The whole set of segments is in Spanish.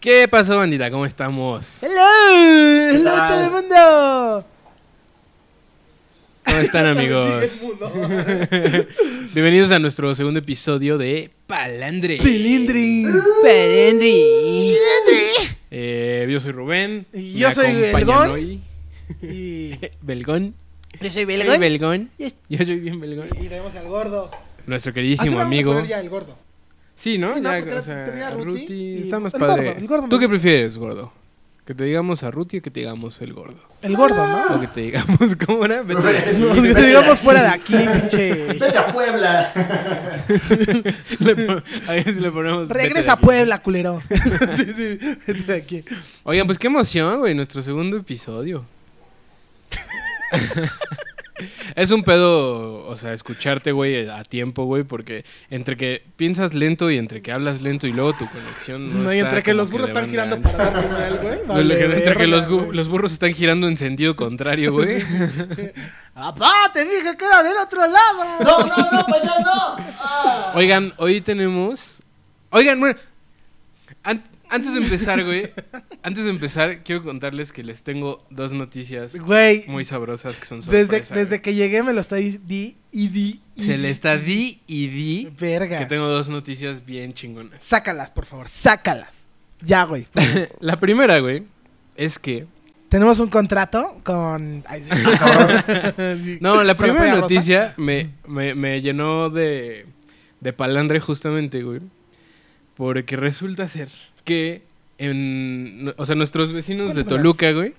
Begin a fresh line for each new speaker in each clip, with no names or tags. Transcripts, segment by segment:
¿Qué pasó, bandita? ¿Cómo estamos?
¡Hello!
¿Qué
¡Hello,
tal?
todo el mundo!
¿Cómo están, amigos? Bienvenidos a nuestro segundo episodio de Palandre.
¡Pelindri!
Pelindri. Eh, yo soy Rubén.
Y
Me
yo soy
acompañan
Belgón.
hoy-
Y,
Belgón.
yo soy
Soy
belga.
Belgón. Yo soy bien Belgón.
Y tenemos al gordo.
Nuestro
Así le
queridísimo
vamos a
amigo.
poner ya el gordo.
Sí, ¿no?
Sí, no,
Ya,
porque
o
la-
sea,
tenía a Ruti
Ruti
y-
está más
el
padre.
gordo, el gordo
¿Tú
me
qué
gusta.
prefieres, gordo? ¿Que te digamos a Ruti o que te digamos el gordo?
El gordo,
O
¿no?
que te digamos, ¿cómo era? Vete a la-
Que te digamos fuera de aquí, pinche.
Vete a Puebla.
Le pon- a ver si le ponemos. vete de
Regresa a
aquí.
Puebla, culero. Sí, sí, Vete de aquí.
Oigan, pues qué emoción, güey, nuestro segundo episodio. es un pedo, o sea, escucharte, güey, a tiempo, güey, porque entre que piensas lento y entre que hablas lento y luego tu conexión. No,
No, y
está
entre que
como
los burros
de
están
banda
girando
ancha.
para dar señal, güey.
No, lo que- entre que los, gu-
burros...
los burros están girando en sentido contrario, güey.
¡Apá! ¡Te dije que era del otro lado!
No, no, no, para allá no. Ah.
Oigan, hoy tenemos. Oigan, bueno. an- antes de empezar, güey. Antes de empezar, quiero contarles que les tengo dos noticias
Güey,
muy sabrosas que son sorpresa.
desde,
güey.
desde que llegué me lo está di, di y di. y
Se
di,
le está
y
di y di que
Verga.
tengo dos noticias bien chingonas.
Sácalas, por favor, sácalas. Ya, güey.
La primera, güey, es que...
Tenemos un contrato con. Ay, sí, cabrón. Sí.
No, la
¿Con
primera
polla rosa?
noticia me, me, me llenó de, de palandre justamente, güey. Porque resulta ser que en... O sea, nuestros vecinos de
Cuéntamela.
Toluca, güey,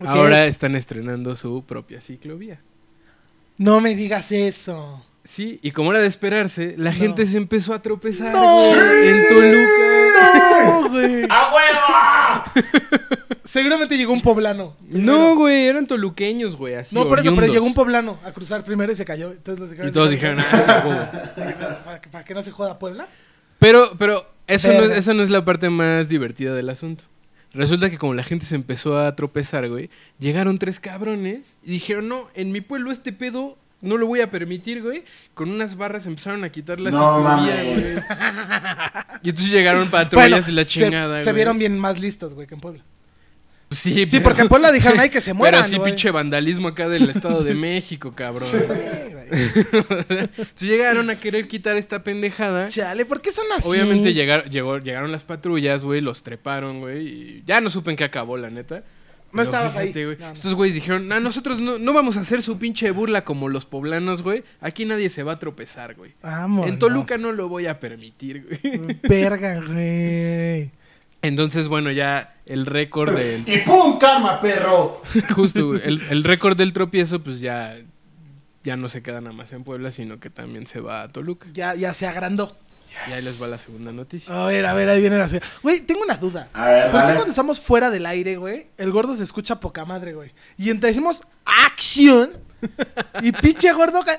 Ok.
ahora están estrenando su propia ciclovía.
No me digas eso.
Sí, y como era de esperarse, la
No.
gente se empezó a tropezar
No.
güey, en Toluca.
No, güey.
¡A huevo!
Seguramente llegó un poblano. primero.
No, güey, eran toluqueños, güey, así
No, por eso, pero
oriundos.
llegó un poblano a cruzar primero y se cayó. Entonces los
Y todos dijeron, ah, huevo.
¿Para, que- para que no se joda Puebla?
Pero, pero, eso no,
Verga.
esa no es la parte más divertida del asunto. Resulta que como la gente se empezó a tropezar, güey, llegaron tres cabrones y dijeron, no, en mi pueblo este pedo no lo voy a permitir, güey. Con unas barras empezaron a quitar las
No
ciclovías,
mames.
güey. Y entonces llegaron patrullas y la
se-
chingada,
se,
güey.
vieron bien más listos, güey, que en Puebla.
Sí,
Sí,
pero-
porque en Puebla dijeron, ay, que se mueran.
Pero sí,
güey".
pinche vandalismo acá del Estado de México, cabrón.
Sí, güey.
Entonces llegaron a querer quitar esta pendejada.
Chale, ¿por qué son así?
Obviamente llegaron, llegó, llegaron las patrullas, güey, los treparon, güey, y ya no supe en qué acabó, la neta.
No estabas ahí.
güey,
No, no.
Estos güeyes dijeron, "No, nosotros no, no vamos a hacer su pinche burla como los poblanos, güey. Aquí nadie se va a tropezar, güey.
Vámonos.
En Toluca no lo voy a permitir, güey.
Verga, güey.
Entonces, bueno, ya el récord del...
Y pum, karma, perro.
Justo, güey, el, el récord del tropiezo, pues ya... Ya no se queda nada más en Puebla, sino que también se va a Toluca.
Ya, ya se agrandó.
Y ahí les va la segunda noticia.
A ver, a ver, ahí viene la serie. Güey, tengo una duda.
A ver,
¿Por qué
dale.
cuando estamos fuera del aire, güey, el gordo se escucha poca madre, güey? Y entonces decimos acción y pinche gordo cae.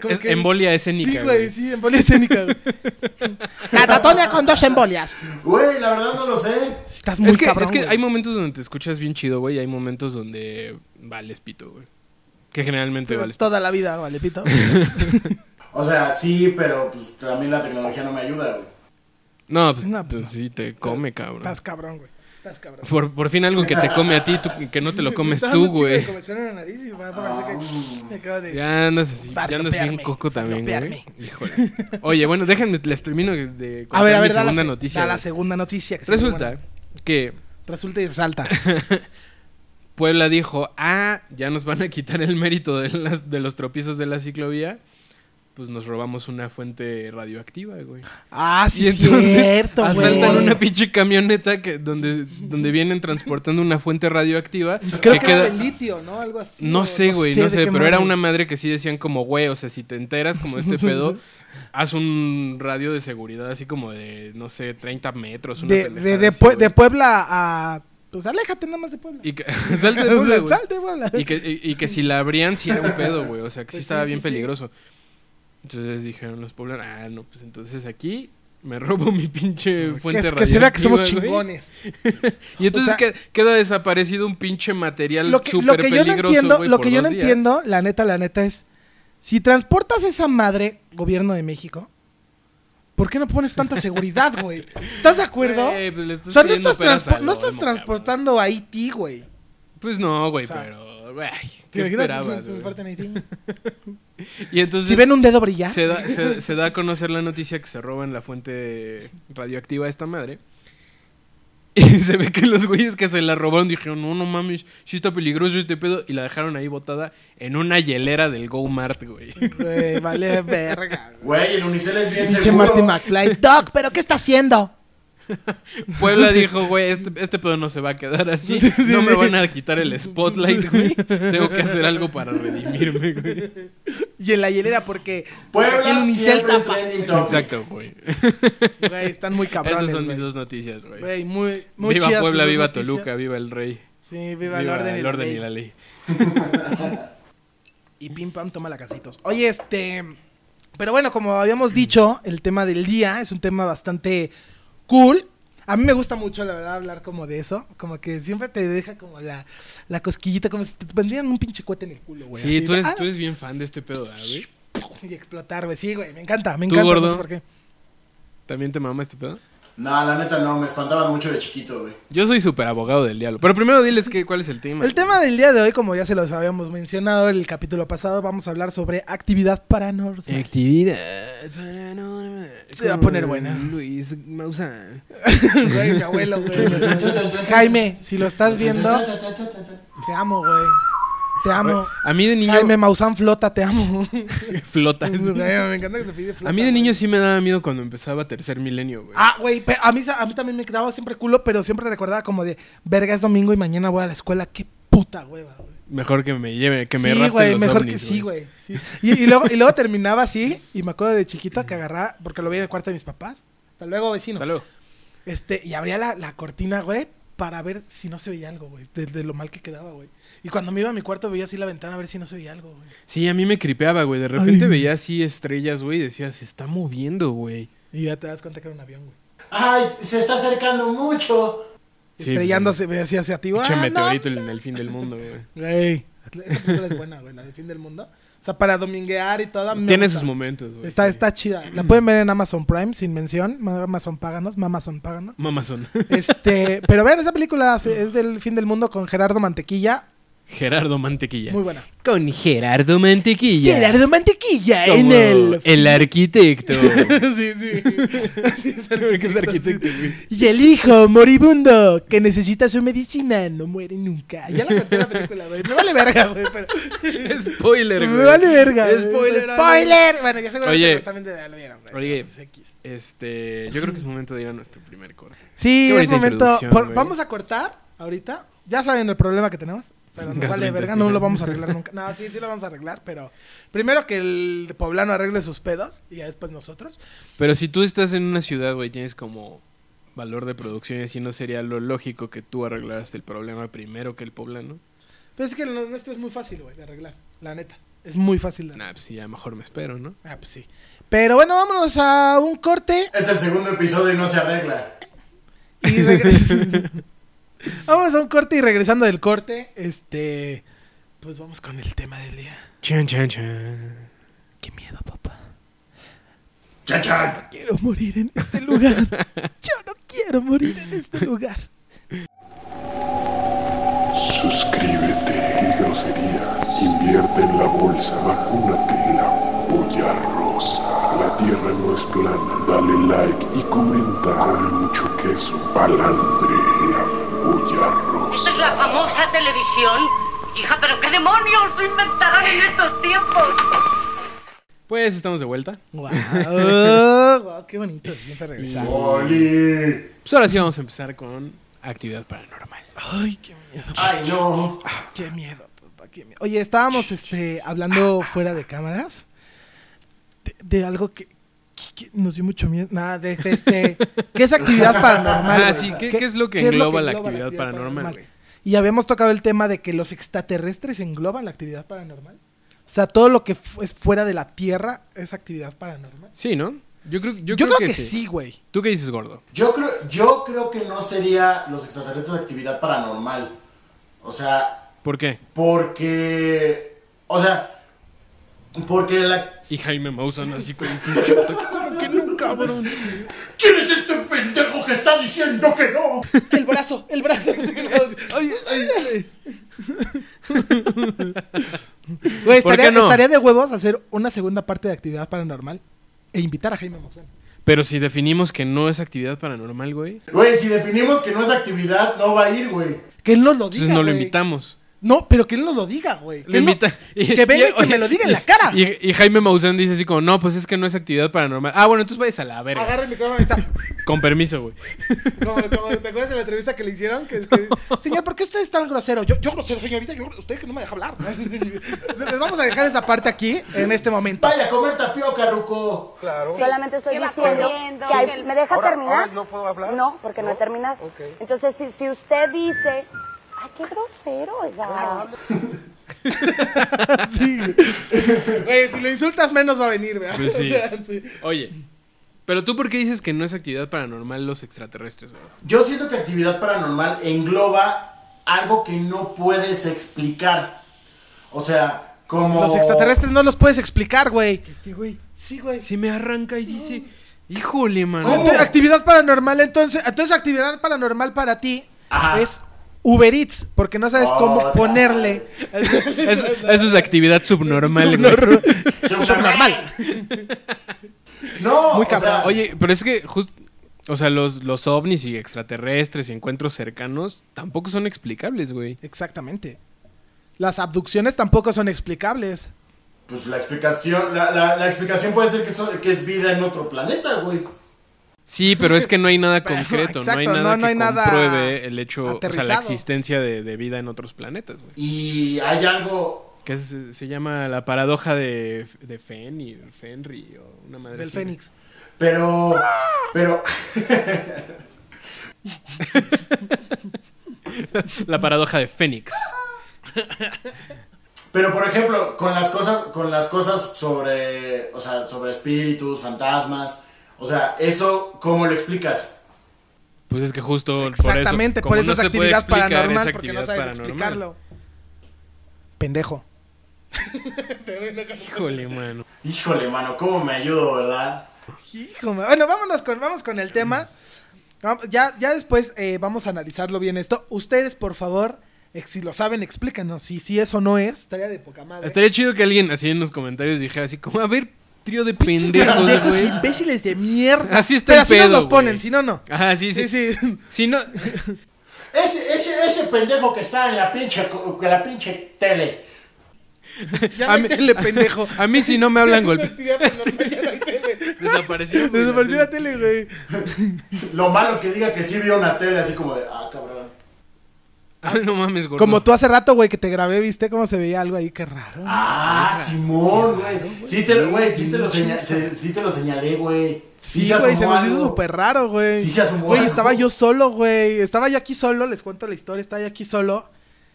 Como
Es
que-
embolia escénica,
Sí,
güey.
güey, sí, embolia escénica, güey. Catatonia con dos embolias.
Güey, la verdad no lo sé.
Estás muy
es que,
cabrón,
es que
güey.
hay momentos donde te escuchas bien chido, güey, y hay momentos donde vales pito, güey. Que generalmente vales pito.
Toda la vida, vale, pito.
O sea, sí, pero pues también la tecnología no me ayuda, güey.
No, pues,
No, pues
pues,
no.
sí, te come, cabrón.
Estás cabrón, güey. Estás cabrón.
Por, por fin algo que te come a ti, tú- que no te lo comes
Estaba
tú,
dando un chingo de
güey.
comezón en la nariz y me va a parecer que- me acaba de-
Ya andas así, ya andas bien
Farlopearme,
coco también, güey.
farlopearme.
Híjole. Oye, bueno, déjenme, les termino de
A ver, a ver,
mi
da la,
segunda
se-
noticia.
da la
güey.
segunda noticia. que se me
Resulta
guarda.
que
Resulta y salta.
Puebla dijo, ah, ya nos van a quitar el mérito de, las, de los tropiezos de la ciclovía. Pues nos robamos una fuente radioactiva, güey.
Ah, sí,
Y
es
entonces
cierto, güey.
asaltan una pinche camioneta que, donde, donde vienen transportando una fuente radioactiva.
Creo que,
que queda-
era de litio, ¿no? Algo así.
no
o-
sé, güey, no
de
sé,
qué
pero
madre.
era una madre que sí decían como, güey, o sea, si te enteras como de este pedo, haz un radio de seguridad así como de, no sé, 30 metros. una
De,
pendejada
de, de,
así,
Pue-
güey.
de Puebla a. Pues aléjate nada más de Puebla.
Y que, salte de Puebla, güey.
Salte de Puebla.
Y que, y- y que si la abrían, sí era un pedo, güey. O sea, que sí
Pues sí,
estaba bien
sí, sí.
peligroso. Entonces dijeron los poblanos, ah, no, pues entonces aquí me robo mi pinche
que,
fuente
es- que se vea que somos
radioactiva, güey".
chingones.
Y entonces
O sea-
que- queda desaparecido un pinche material
Lo que, lo
súper
que yo no
peligroso,
entiendo,
güey,
lo
por
que yo no
dos días.
entiendo, la neta, la neta es. Si transportas esa madre, gobierno de México, ¿Por qué no pones tanta seguridad, güey? ¿Estás de acuerdo?
Güey, pues le estás
o sea, no
pidiendo
estás,
peras
transpo-
al
no estás
olmo,
transportando a Haití, güey.
cabrón. Pues no, güey,
O sea,
pero. güey,
¿Te
¿Qué
imaginas
esperabas?
que nos
güey?
parten a Haití?
Y entonces.
Si ven un dedo brillar.
se, da, se- se da a conocer la noticia que se roban la fuente radioactiva de esta madre. Y se ve que los güeyes que se la robaron dijeron: No, no mames, sí está peligroso este pedo. Y la dejaron ahí botada en una hielera del Go Mart, güey.
Güey, vale, verga. güey.
Güey, el Unicel es bien
Pinche
seguro.
Marty McFly. Doc, ¿pero qué está haciendo?
Puebla dijo, güey, este, este pedo no se va a quedar así. no me van a quitar el spotlight, güey. Tengo que hacer algo para redimirme, güey.
Y en la hielera, porque. porque el
Puebla
unicel
siempre
tapa.
trending topic.
Exacto, güey.
Güey, están muy
Esas
cabrones.
son mis
güey.
dos noticias, güey.
Güey, muy, muy
Viva
chidas
Puebla,
sus
viva
noticias.
Toluca, viva el rey.
Sí, viva, el orden, y, la ley.
y la ley.
Y pim pam, toma la casitos. Oye, este. Pero bueno, como habíamos dicho, el tema del día es un tema bastante cool. A mí me gusta mucho, la verdad, hablar como de eso. Como que siempre te deja como la, la cosquillita, como si te pondrían un pinche cohete en el culo, güey.
Sí,
Así,
tú eres,
ah,
tú eres bien fan de este pedo, ¿verdad, güey.
Y explotar, güey. Sí, güey, me encanta, me
¿Tú,
encanta. No
gordo?
sé por qué.
¿También te mama este pedo?
No, la neta no, me espantaban mucho de chiquito, güey.
Yo soy súper abogado del diablo. Pero primero diles que, cuál es el tema.
El tema del día de hoy, como ya se los habíamos mencionado en el capítulo pasado, vamos a hablar sobre actividad paranormal.
Eh, Actividad paranormal.
Se va a poner
con
buena.
Luis Maussan.
Güey, mi abuelo, güey. Jaime, si lo estás viendo, te amo, güey. Te amo.
A mí de niño
Jaime Maussan flota, te amo.
flota.
Güey, me encanta que te pide flota.
A mí de
güey.
niño sí me daba miedo cuando empezaba tercer milenio, güey.
Ah, güey, pe- a mí, sa- a mí también me quedaba siempre culo, pero siempre recordaba como de, verga, es domingo y mañana voy a la escuela. Qué puta hueva, güey.
Mejor que me lleve, que me
sí,
rapten
güey,
los
mejor
ovnis,
que sí, güey. Sí. Y, y luego, y luego terminaba así, y me acuerdo de chiquita que agarraba, porque lo veía en el cuarto de mis papás. Hasta luego, vecino.
Hasta luego.
Este, y abría la, la cortina, güey, para ver si no se veía algo, güey, de, de lo mal que quedaba, güey. Y cuando me iba a mi cuarto veía así la ventana a ver si no se veía algo, güey.
Sí, a mí me cripeaba, güey. De repente
Ay.
veía así estrellas, güey, y decía, se está moviendo, güey.
Y ya te das cuenta que era un avión, güey.
Ay, se está acercando mucho.
Sí,
Estrellándose, veía así hacia ti, güey.
pues, Pinche
¡Ah,
meteorito en el fin del mundo, güey.
no! Güey, esa película es buena, güey, la del fin del mundo. O sea, para dominguear y toda. me
Tiene
gusta.
sus momentos, güey.
Está,
sí.
está chida. La pueden ver en Amazon Prime, sin mención. Amazon Páganos, Mamazon Páganos.
Mamazón.
Este, pero vean, esa película se- es del fin del mundo con Gerardo Mantequilla.
Gerardo Mantequilla.
Muy buena.
Con Gerardo Mantequilla.
Gerardo Mantequilla
Como
en el...
arquitecto.
sí, sí. Sí, es
que es arquitecto,
sí.
güey.
Y el hijo moribundo que necesita su medicina no muere nunca. Ya la conté la película, güey. Me vale verga, güey, pero...
Spoiler, güey.
Me vale verga. güey.
Spoiler.
¡Spoiler! Bueno, ya seguramente
Oye.
los también te- lo vieron, güey.
Oye.
Pues, X.
Este, yo creo que es momento de ir a nuestro primer corte. Qué
Sí, es
bonita
momento...
introducción,
por-
güey.
vamos a cortar ahorita. Ya saben el problema que tenemos. Pero nos vale verga, no lo vamos a arreglar nunca. No, sí, sí lo vamos a arreglar, pero... Primero que el poblano arregle sus pedos y ya después nosotros.
Pero si tú estás en una ciudad, güey, tienes como valor de producción y así no sería lo lógico que tú arreglaras el problema primero que el poblano.
Pero Pues es que lo nuestro es muy fácil, güey, de arreglar. La neta. Es muy fácil de arreglar.
Nah, pues sí, ya mejor me espero, ¿no?
Ah, pues sí. Pero bueno, vámonos a un corte
Es el segundo episodio y no se arregla.
y regre- Vámonos a un corte y regresando del corte, este pues vamos con el tema del día.
Chan, chan, chan.
Qué miedo, papá.
Chachán.
Quiero morir en este lugar. Yo no quiero morir en este lugar.
Suscríbete, qué grosería. Invierte en la bolsa, vacúnate, la polla rosa. La tierra no es plana, dale like y comenta. Come mucho queso, palandre, la polla
Esta
rosa.
es la famosa televisión. Hija, pero qué demonios inventarán en estos tiempos.
Pues estamos de vuelta.
Wow, qué bonito se siente regresar.
Oli.
Pues ahora sí vamos a empezar con actividad paranormal.
Ay, qué miedo.
Ay, no.
Qué miedo, papá, qué miedo. Oye, estábamos este, hablando fuera de cámaras de, de algo que, que- que nos dio mucho miedo. Nada, de, de este. ¿Qué es actividad paranormal?
Ah,
güey?
sí, ¿qué- qué es lo que engloba la actividad paranormal, güey?
Y habíamos tocado el tema de que los extraterrestres engloban la actividad paranormal. O sea, todo lo que fu- es fuera de la Tierra es actividad paranormal.
Sí, ¿no? Yo creo, yo
Yo,
creo, que, sí.
sí, güey.
¿Tú qué dices, gordo?
Yo creo, yo creo que no sería los extraterrestres de actividad paranormal. O sea,
¿Por qué?
porque. O sea, porque la.
Y Jaime Maussan así con...
Como que nunca
cabrón.
¿Quién es este pendejo que está diciendo que no?
El brazo, el brazo.
Ay, ay, ay.
Güey,
¿Por
estaría,
qué no?
estaría de huevos hacer una segunda parte de actividad paranormal e invitar a Jaime Maussan.
Pero si definimos que no es actividad paranormal, güey,
Güey, si definimos que no es actividad, no va a ir, güey.
Que él nos lo diga.
entonces no lo
güey.
invitamos.
No, pero que él nos lo diga, güey.
Lo
Que él no-
invita- y-
que venga y, que
oye,
me lo diga en
y-
la cara.
Y, y Jaime Maussan dice así como, no, pues es que no es actividad paranormal. Ah, bueno, entonces vayas a la verga.
Agarra el micrófono y está.
Con permiso, güey.
Como, como- ¿Te acuerdas de la entrevista que le hicieron? Que, que, Señor, ¿por qué usted es tan grosero? Yo, yo grosero, señorita. Yo, usted que no me deja hablar. Les vamos a dejar esa parte aquí en este momento.
Vaya a comer tapioca, Ruco.
Solamente estoy diciendo que hay- me deja terminar. no puedo hablar. No, porque no, he terminado. Entonces, si, si usted dice, ay, qué grosero, oiga.
Sí. Güey, si lo insultas, menos va a venir, ¿verdad?
Pues sí.
O sea, sí.
Oye, pero tú por qué dices que no es actividad paranormal los extraterrestres, güey?
Yo siento que actividad paranormal engloba algo que no puedes explicar. O sea, como.
Los extraterrestres no los puedes explicar, güey.
Sí, güey. Si me arranca y dice, híjole, mano.
¿Cómo?
Entonces, actividad paranormal, entonces, entonces actividad paranormal para ti
Ajá.
es Uber Eats, porque no sabes cómo
Oh,
ponerle.
Eso, eso es actividad subnormal, güey.
Subnormal. no,
Muy
o
cabrón.
sea,
Oye, pero es que justo. O sea, los, los ovnis y extraterrestres y encuentros cercanos tampoco son explicables, güey.
Exactamente. Las abducciones tampoco son explicables.
Pues la explicación, la, la- la explicación puede ser que, so- que es vida en otro planeta, güey.
Sí, pero es que no hay nada concreto, no hay
exacto,
nada
no- no
que
hay nada
compruebe el hecho, o sea, la
aterrizado.
existencia de, de vida en otros planetas, güey.
Y hay algo.
Que se, se llama la paradoja de, de Fenny, Fenry o una madre.
Del
así.
Fénix.
Pero. Pero.
La paradoja de Fénix.
Pero por ejemplo, con las cosas, con las cosas sobre. O sea, sobre espíritus, fantasmas. O sea, eso, ¿cómo lo explicas?
Pues es que justo por eso,
Exactamente, por
como
eso,
no se
es
puede
actividad
explicar, es
paranormal, porque
actividad
no sabes
paranormal.
explicarlo. Pendejo.
Híjole, mano.
Híjole, mano, ¿cómo me ayudo, verdad?
Hijo, ma- bueno, vámonos con, vamos con el tema. Vam- Ya, ya después eh, vamos a analizarlo bien esto. Ustedes, por favor, eh, si lo saben, explíquenos si, si eso no es tarea de poca madre.
Estaría chido que alguien así en los comentarios dijera así como, a ver, trío de
Pinches
pendejos,
pendejos
güey.
imbéciles de mierda.
Así está
Pero
el
así nos
pedo,
los ponen,
güey.
si no, no.
Ajá, sí,
Sí,
sí.
sí.
Si no,
Ese, ese, ese pendejo que está en la pinche, co- en la pinche tele.
Ya no hay tele, pendejo.
a mí si no me hablan golpe.
Actividad paranormal, ya no hay tele.
Desapareció. güey,
Desapareció
la
la tele, güey.
Lo malo que diga que sí vio una tele, así como de, ah, cabrón.
tele. Ah, no mames, gordo.
Como tú hace rato, güey, que te grabé, ¿viste cómo se veía algo ahí? Qué raro.
Ah, Simón, güey. Sí te lo, güey, sí te lo, seña- se- sí te lo señalé, güey.
Sí,
se
güey, se
asomó
nos hizo
algo.
súper raro, güey.
Sí se asomó
Güey,
algo.
estaba yo solo, güey. Estaba yo aquí solo, les cuento la historia, estaba yo aquí solo.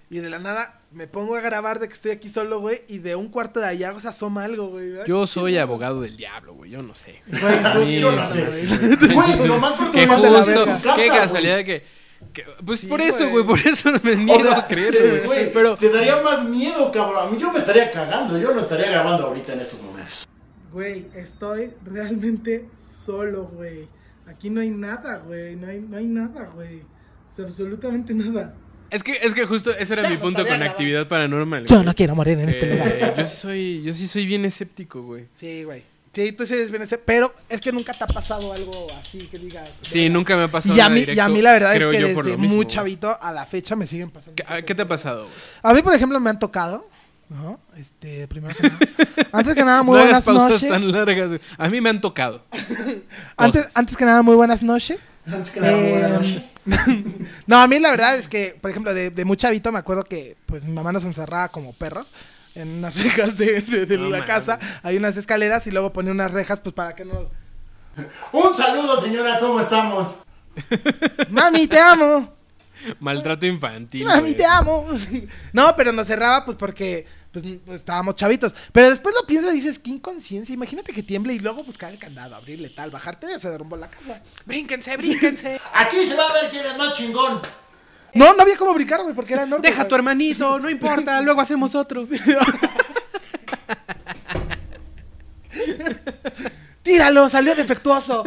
Y de la nada me pongo a grabar de que estoy aquí solo, güey. Y de un cuarto de allá se asoma algo, güey. ¿verdad?
Yo soy abogado del diablo, güey. Yo no sé. güey.
Güey, tú-
Yo no sé. Güey, Ah, pues, nomás porque
Qué
me mandan la
justo,
verga a casa,
qué
güey.
casualidad que, que- Pues por
Sí,
eso,
güey.
güey, por eso me
O
niego
sea,
a creer,
güey,
güey. Pero,
te daría más miedo, cabrón. A mí yo me estaría cagando, yo no estaría grabando ahorita en estos momentos.
Güey, estoy realmente solo, güey. Aquí no hay nada, güey. No hay, no hay nada, güey. O sea, absolutamente nada.
es que, es que justo ese era mi punto con actividad paranormal.
Yo
güey.
no quiero morir en este
Eh,
lugar.
yo sí soy, yo sí soy bien escéptico, güey.
Sí, güey. Sí, tú sí eres bien ese- Pero es que nunca te ha pasado algo así que digas.
Sí,
"Verga".
nunca me ha pasado
Y a,
nada
mí, y
directo,
a mí la verdad es
creo
que
yo, por
desde
lo mismo,
muy
güey.
chavito a la fecha me siguen pasando.
¿Qué- a-
cosas,
¿Qué te ha
güey.
pasado, güey?
A mí, por ejemplo, me han tocado. ¿No? Este, primero que nada. Antes que nada, muy
no hagas
buenas
pausas
noches.
tan largas, güey. A mí me han tocado.
Antes, antes que nada, muy buenas noches.
Antes que nada,
Eh,
güey.
no, a mí la verdad es que, por ejemplo, de, de muy chavito me acuerdo que pues mi mamá nos encerraba como perros en unas rejas de, de- de
No
la
mames.
casa. Hay unas escaleras y luego ponía unas rejas pues para que nos...
Un saludo, señora, ¿cómo estamos?
¡Mami, te amo!
Maltrato infantil.
Mami,
güey.
te amo. No, pero nos cerraba pues porque pues, n- pues, estábamos chavitos. Pero después lo piensas y dices, qué inconsciencia. Imagínate que tiemble y luego buscar el candado, abrirle tal, bajarte, se derrumbó la casa. Brínquense, brínquense.
Aquí se va a ver quién es más chingón.
No, no había cómo brincar, güey, porque era enorme.
Deja a tu
güey.
hermanito, no importa, luego hacemos otro.
Tira míralo, salió defectuoso.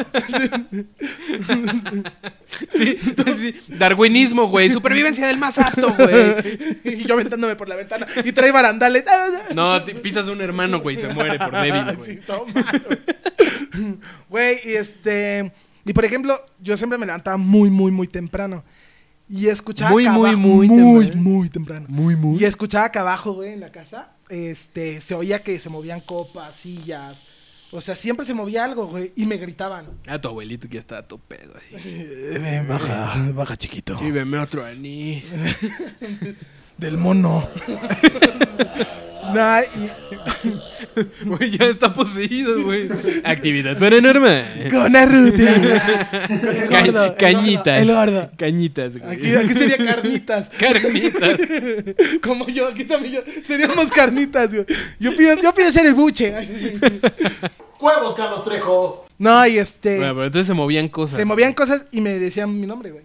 Sí, sí, darwinismo, güey. Supervivencia del más apto, güey.
y yo aventándome por la ventana. Y trae barandales.
No, te- pisas a un hermano, güey, y se muere por débil,
Ah, Sí,
güey.
todo malo. Güey, y este. Y por ejemplo, yo siempre me levantaba muy, muy, muy temprano. Y escuchaba.
Muy,
acá
muy,
abajo-
muy
muy,
temprano. ¿eh?
muy temprano.
Muy, muy.
Y escuchaba acá abajo, güey, en la casa. Este, se oía que se movían copas, sillas. O sea, siempre se movía algo, güey. Y me gritaban.
A tu abuelito que ya está a tu pedo. ahí.
baja, baja, chiquito.
Sí, veme otro aní.
Del mono. nah, y.
Güey, ya está poseído, güey. Actividad paranormal.
Gonna Ruti.
Ca-
gordo,
cañitas.
el gordo.
Cañitas, güey.
Aquí, aquí sería carnitas.
Carnitas.
Como yo, aquí también yo. Seríamos carnitas, güey. Yo pido, yo pido ser el buche.
¡Cuevos, Carlos Trejo!
No, y este.
Bueno, pero entonces se movían cosas.
se movían cosas y me decían mi nombre, güey.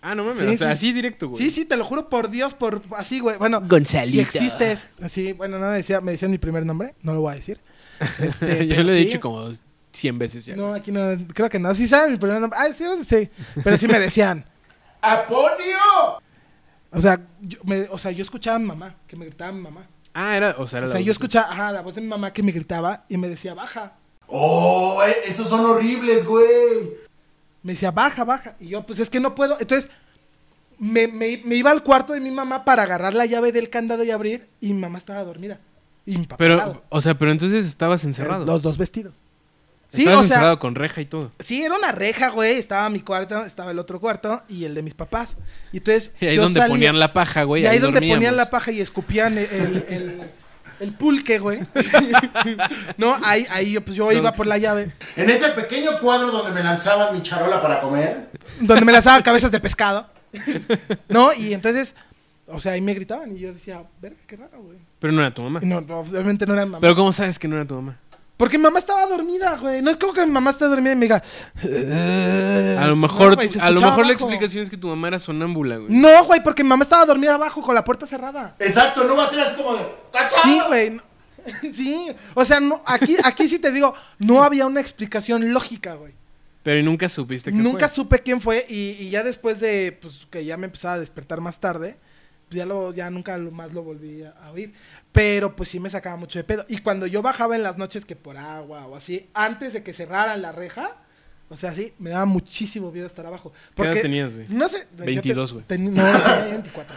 Ah, no mames.
Sí,
o sea,
sí,
así directo, güey.
Sí, sí, te lo juro por Dios, por así, güey. Bueno,
Gonzalito.
si existes. Sí, bueno, no me decía, me decían mi primer nombre, no lo voy a decir. Este,
Yo
pero
lo he
sí.
dicho como 100 veces ya.
No, aquí no, creo que no. Sí saben mi primer nombre. Ah, sí, sí. Pero sí me decían.
¡Aponio!
O sea, yo, me- o sea, yo escuchaba a mi mamá, que me gritaba mi mamá.
Ah, era, o sea, era
O
la
sea,
voz
yo
de-
escuchaba ajá, la voz de mi mamá que me gritaba y me decía, baja.
¡Oh! eh, ¡Esos son horribles, güey!
Me decía, baja, baja. Y yo, pues es que no puedo. Entonces, me, me- me iba al cuarto de mi mamá para agarrar la llave del candado y abrir. Y mi mamá estaba dormida. Y mi papá. al
Pero,
lado.
o sea, pero entonces estabas
Eh,
encerrado.
Los dos vestidos. Sí,
estabas
o sea,
encerrado con reja y todo.
sí, era una reja, güey. Estaba mi cuarto, estaba el otro cuarto y el de mis papás. Y entonces.
Y ahí
yo
donde
salía-
ponían la paja, güey.
Y ahí, donde
dormíamos.
ponían la paja y escupían el, el- el- el pulque, güey. no, ahí, ahí yo, pues yo iba por la llave.
En ese pequeño cuadro donde me lanzaban mi charola para comer.
donde me lanzaban cabezas de pescado. ¿No? Y entonces, o sea, ahí me gritaban y yo decía, verga, qué raro, güey.
Pero no era tu mamá.
Y No, no, obviamente no era mi mamá.
Pero ¿cómo sabes que no era tu mamá?
Porque mi mamá estaba dormida, güey. No es como que mi mamá está dormida y me diga.
A lo mejor,
Eh, No, güey, se
a lo
escuchaba
mejor la
abajo.
explicación es que tu mamá era sonámbula, güey.
No, güey, porque mi mamá estaba dormida abajo con la puerta cerrada.
Exacto, no va a ser así como de. ¡Cachá!
Sí, güey. no- Sí. O sea, no, aquí, aquí sí te digo, no había una explicación lógica, güey.
Pero ¿y nunca supiste que
Nunca
fue?
supe quién fue y, y ya después de pues, que ya me empezaba a despertar más tarde, pues, ya, lo, ya nunca lo- más lo volví a, a oír. Pero pues sí me sacaba mucho de pedo. Y cuando yo bajaba en las noches que por agua o así, antes de que cerraran la reja, o sea, sí, me daba muchísimo miedo estar abajo. Porque,
edad tenías, güey?
No sé. yo te-
22, güey.
ten- No, tenía 24.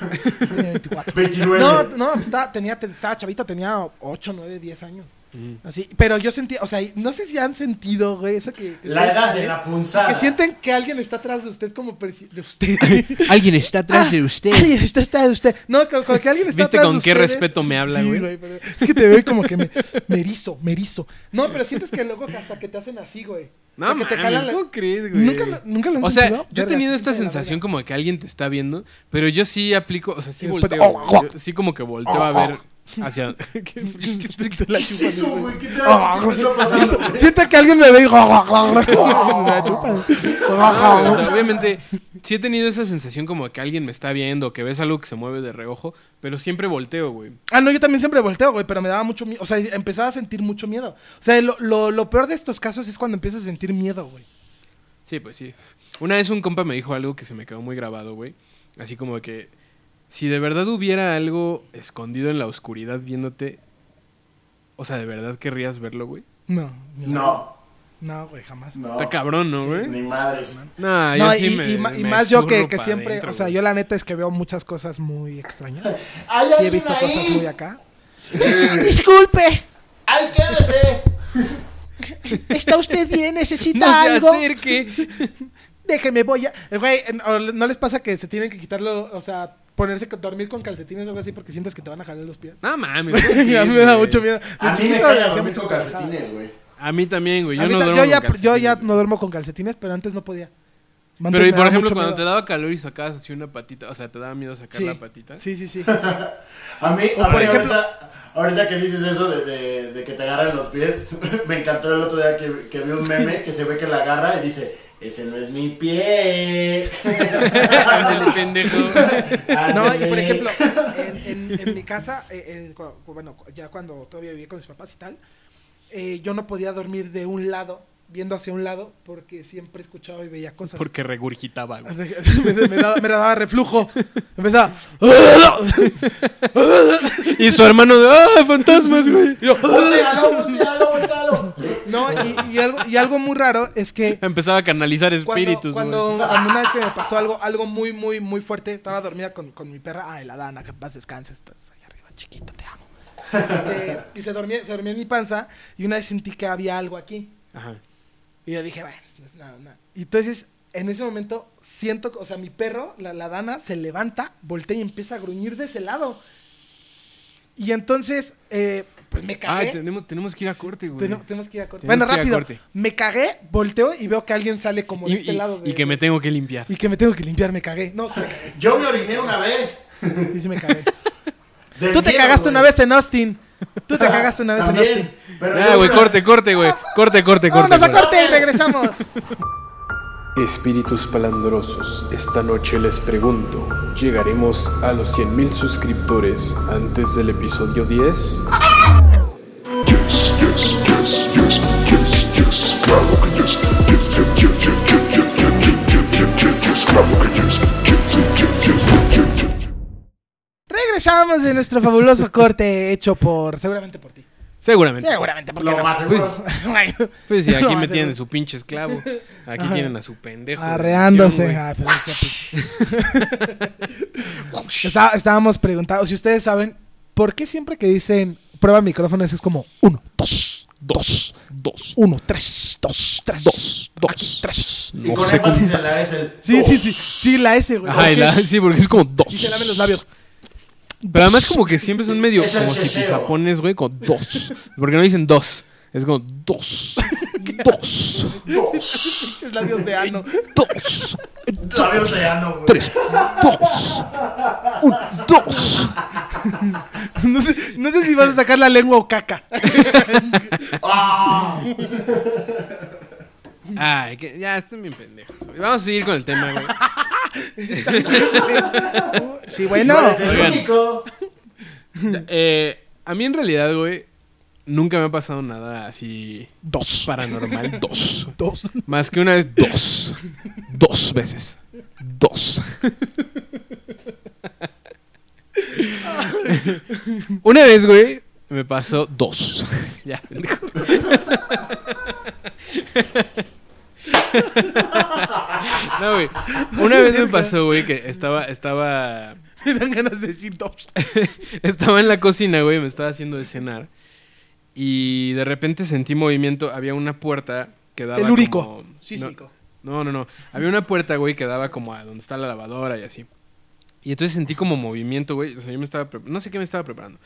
tenía 24.
29.
No, no, pues, estaba, tenía, te- estaba chavito, tenía 8, 9, 10 años.
Mm.
Así, pero yo sentía, o sea, no sé si han sentido, güey, eso que... que
La
ustedes
edad de
saben.
la punzada.
Que sienten que alguien está atrás de usted como presi- de usted.
Alguien está atrás
Ah.
de usted.
Alguien este está atrás de usted. No, como, como que alguien está
¿Viste
atrás
con
de
qué
ustedes.
respeto me habla,
Sí,
güey?
pero es que te veo y como que me, me erizo, me erizo. No, pero sientes que luego que hasta que te hacen así, güey.
No,
O sea, que te
mames,
jalan la-
¿cómo crees, güey?
¿Nunca lo- nunca lo han
O sea,
sentido?
yo he
Verga,
tenido
sí,
esta
de la
sensación
verga.
como de que alguien te está viendo, pero yo sí aplico, o sea, sí
Y después,
volteo,
¡oh,
güey.
guau!
Yo sí como que volteo a ver hacia... ¿Qué, qué- qué- qué-
¿Qué es eso, güey? ¿Qué te,
Ah,
qué te está pasando?
siento, siento que alguien me ve y... La chupan.
No, güey, Ah, o sea, obviamente, sí he tenido esa sensación como de que alguien me está viendo, que ves algo que se mueve de reojo, pero siempre volteo, güey.
Ah, no, yo también siempre volteo, güey, pero me daba mucho miedo. O sea, empezaba a sentir mucho miedo. O sea, lo, lo- lo peor de estos casos es cuando empiezas a sentir miedo, güey.
Sí, pues sí. Una vez un compa me dijo algo que se me quedó muy grabado, güey. Así como de que si de verdad hubiera algo escondido en la oscuridad viéndote, o sea, ¿de verdad querrías verlo, güey?
No.
No,
No, güey, jamás.
no.
Está cabrón, ¿no,
Oh, Sí,
güey?
Ni madres.
No, yo
No,
sí
y,
me-
y ma- y
me
más yo que,
zurro
que
pa'
siempre,
adentro,
o sea,
güey.
yo la neta es que veo muchas cosas muy extrañas.
¿Hay
Sí he
alguien
visto
ahí?
cosas muy acá.
Disculpe,
¡Ay, quédese!
¿está usted bien?
No
¿Necesita
se
algo?
acerque.
Déjeme, voy a... Eh, Güey, en- o- ¿no les pasa que se tienen que quitarlo, o sea, ponerse, con- dormir con calcetines o algo así porque sientes que te van a jalar los pies?
No mames.
a mí me da mucho miedo. De
A mí me
chiquito
cae
hacía
dormir
muchas
con
pendejadas.
calcetines, güey.
A mí también, güey. Yo
A mí
no
ta-
duermo
yo, ya,
con
yo ya
calcetines,
no duermo con calcetines, pero antes no podía.
güey.
Antes
Pero, y
me
por
daba
ejemplo,
mucho
cuando te
miedo.
daba calor y sacabas así una patita, o sea, te daba miedo sacar
Sí.
la patita.
Sí, sí, sí.
A mí,
O
a mí
por ejemplo-
ahorita, ahorita que dices eso de, de- de que te agarran los pies, me encantó el otro día que, que vi un meme que se ve que la agarra y dice, ese no es mi pie.
Ándale, pendejo.
No, y por
Ándale.
ejemplo, en, en- en mi casa, eh, eh, cu- cu- bueno, cu- ya cuando todavía vivía con mis papás y tal, eh, yo no podía dormir de un lado, viendo hacia un lado, porque siempre escuchaba y veía cosas.
Porque regurgitaba, güey.
me, me daba, me daba reflujo. Empezaba.
Y su hermano de, ¡ah, fantasmas, güey!
y yo,
¡Voltealo, voltealo, voltealo!
no, y, y algo, y algo muy raro es que
Empezaba a canalizar
cuando,
espíritus, güey.
cuando, cuando una vez que me pasó algo, algo muy, muy, muy fuerte, estaba dormida con, con mi perra. Ah, la Dana, que en paz descanse. Estás ahí arriba, chiquita, te amo. Este, y se dormía, se dormía en mi panza. Y una vez sentí que había algo aquí.
Ajá.
Y yo dije, bueno, no es nada, nada. Y entonces, en ese momento, siento, o sea, mi perro, la, la Dana, se levanta, voltea y empieza a gruñir de ese lado. Y entonces, eh, pues me
Ah,
cagué.
tenemos, tenemos que ir a corte, güey.
Ten- tenemos que ir a corte.
Tenemos
bueno,
que ir a
rápido.
corte.
Me cagué, volteo y veo que alguien sale como
Y,
de este
y-
lado. de-
y que me tengo que limpiar.
y que me tengo que limpiar, me cagué. No, sí, me cagué.
Yo me oriné una vez.
Y sí me cagué.
Del
Tú te
miedo,
cagaste
güey.
una vez en Austin. Tú te cagaste una vez en
También,
Austin.
pero
Ah,
yo
güey,
una-
corte, corte, güey. Corte, corte, corte.
Vámonos a
güey.
corte y regresamos.
Espíritus palandrosos, esta noche les pregunto, ¿llegaremos a los 100.000 suscriptores antes del episodio 10?
Yes, yes, yes, yes, yes, yes, claro que yes. Yes, yes, yes, yes, yes, yes, yes, yes, yes, yes, yes, claro que yes. Yes, yes, yes, yes, yes, yes, yes.
regresamos de nuestro fabuloso corte hecho por. Seguramente por ti.
Seguramente.
Seguramente por ti.
Lo más seguro.
Pues sí,
No,
aquí me
seguro.
tienen su pinche esclavo. Aquí tienen a su pendejo. de
Arreándose.
edición, güey.
Ay, pero es que- Está- estábamos preguntados. Si ustedes saben, ¿por qué siempre que dicen prueba micrófonos es como uno, dos, dos, dos, uno, tres, dos, tres, dos, dos, tres?
Y con énfasis en la es el.
Sí, sí, sí. Sí, la S, güey.
Ajá, y la- sí, porque es como dos.
Y se lamen los labios.
Pero además como que siempre son medio
Es el
como si
checheo.
pisapones, güey, con dos. Porque no dicen dos. Es como dos. Dos.
Pinches labios de ano.
Dos.
Labios de ano, güey.
Dos.
No sé, no sé si vas a sacar la lengua o caca.
¡Ah!
Ay, que ya están bien pendejos. güey. Vamos a seguir con el tema, güey.
Sí,
No,
bueno.
eres el
Oigan.
único.
Eh, a mí en realidad, güey, nunca me ha pasado nada así
Dos.
paranormal. Dos.
Dos.
Más que una vez, dos. Dos veces. Dos. una vez, güey, me pasó dos. ya, pendejo. no, güey. Una vez me pasó, güey, que estaba, estaba
Me dan ganas de decir dos.
estaba en la cocina, güey, me estaba haciendo de cenar. Y de repente sentí movimiento, había una puerta que daba
Telúrico.
como-
Sísmico.
No, no, no, no. Había una puerta, güey, que daba como a donde está la lavadora y así. Y entonces sentí como movimiento, güey. O sea, yo me estaba... pre- No sé qué me estaba preparando.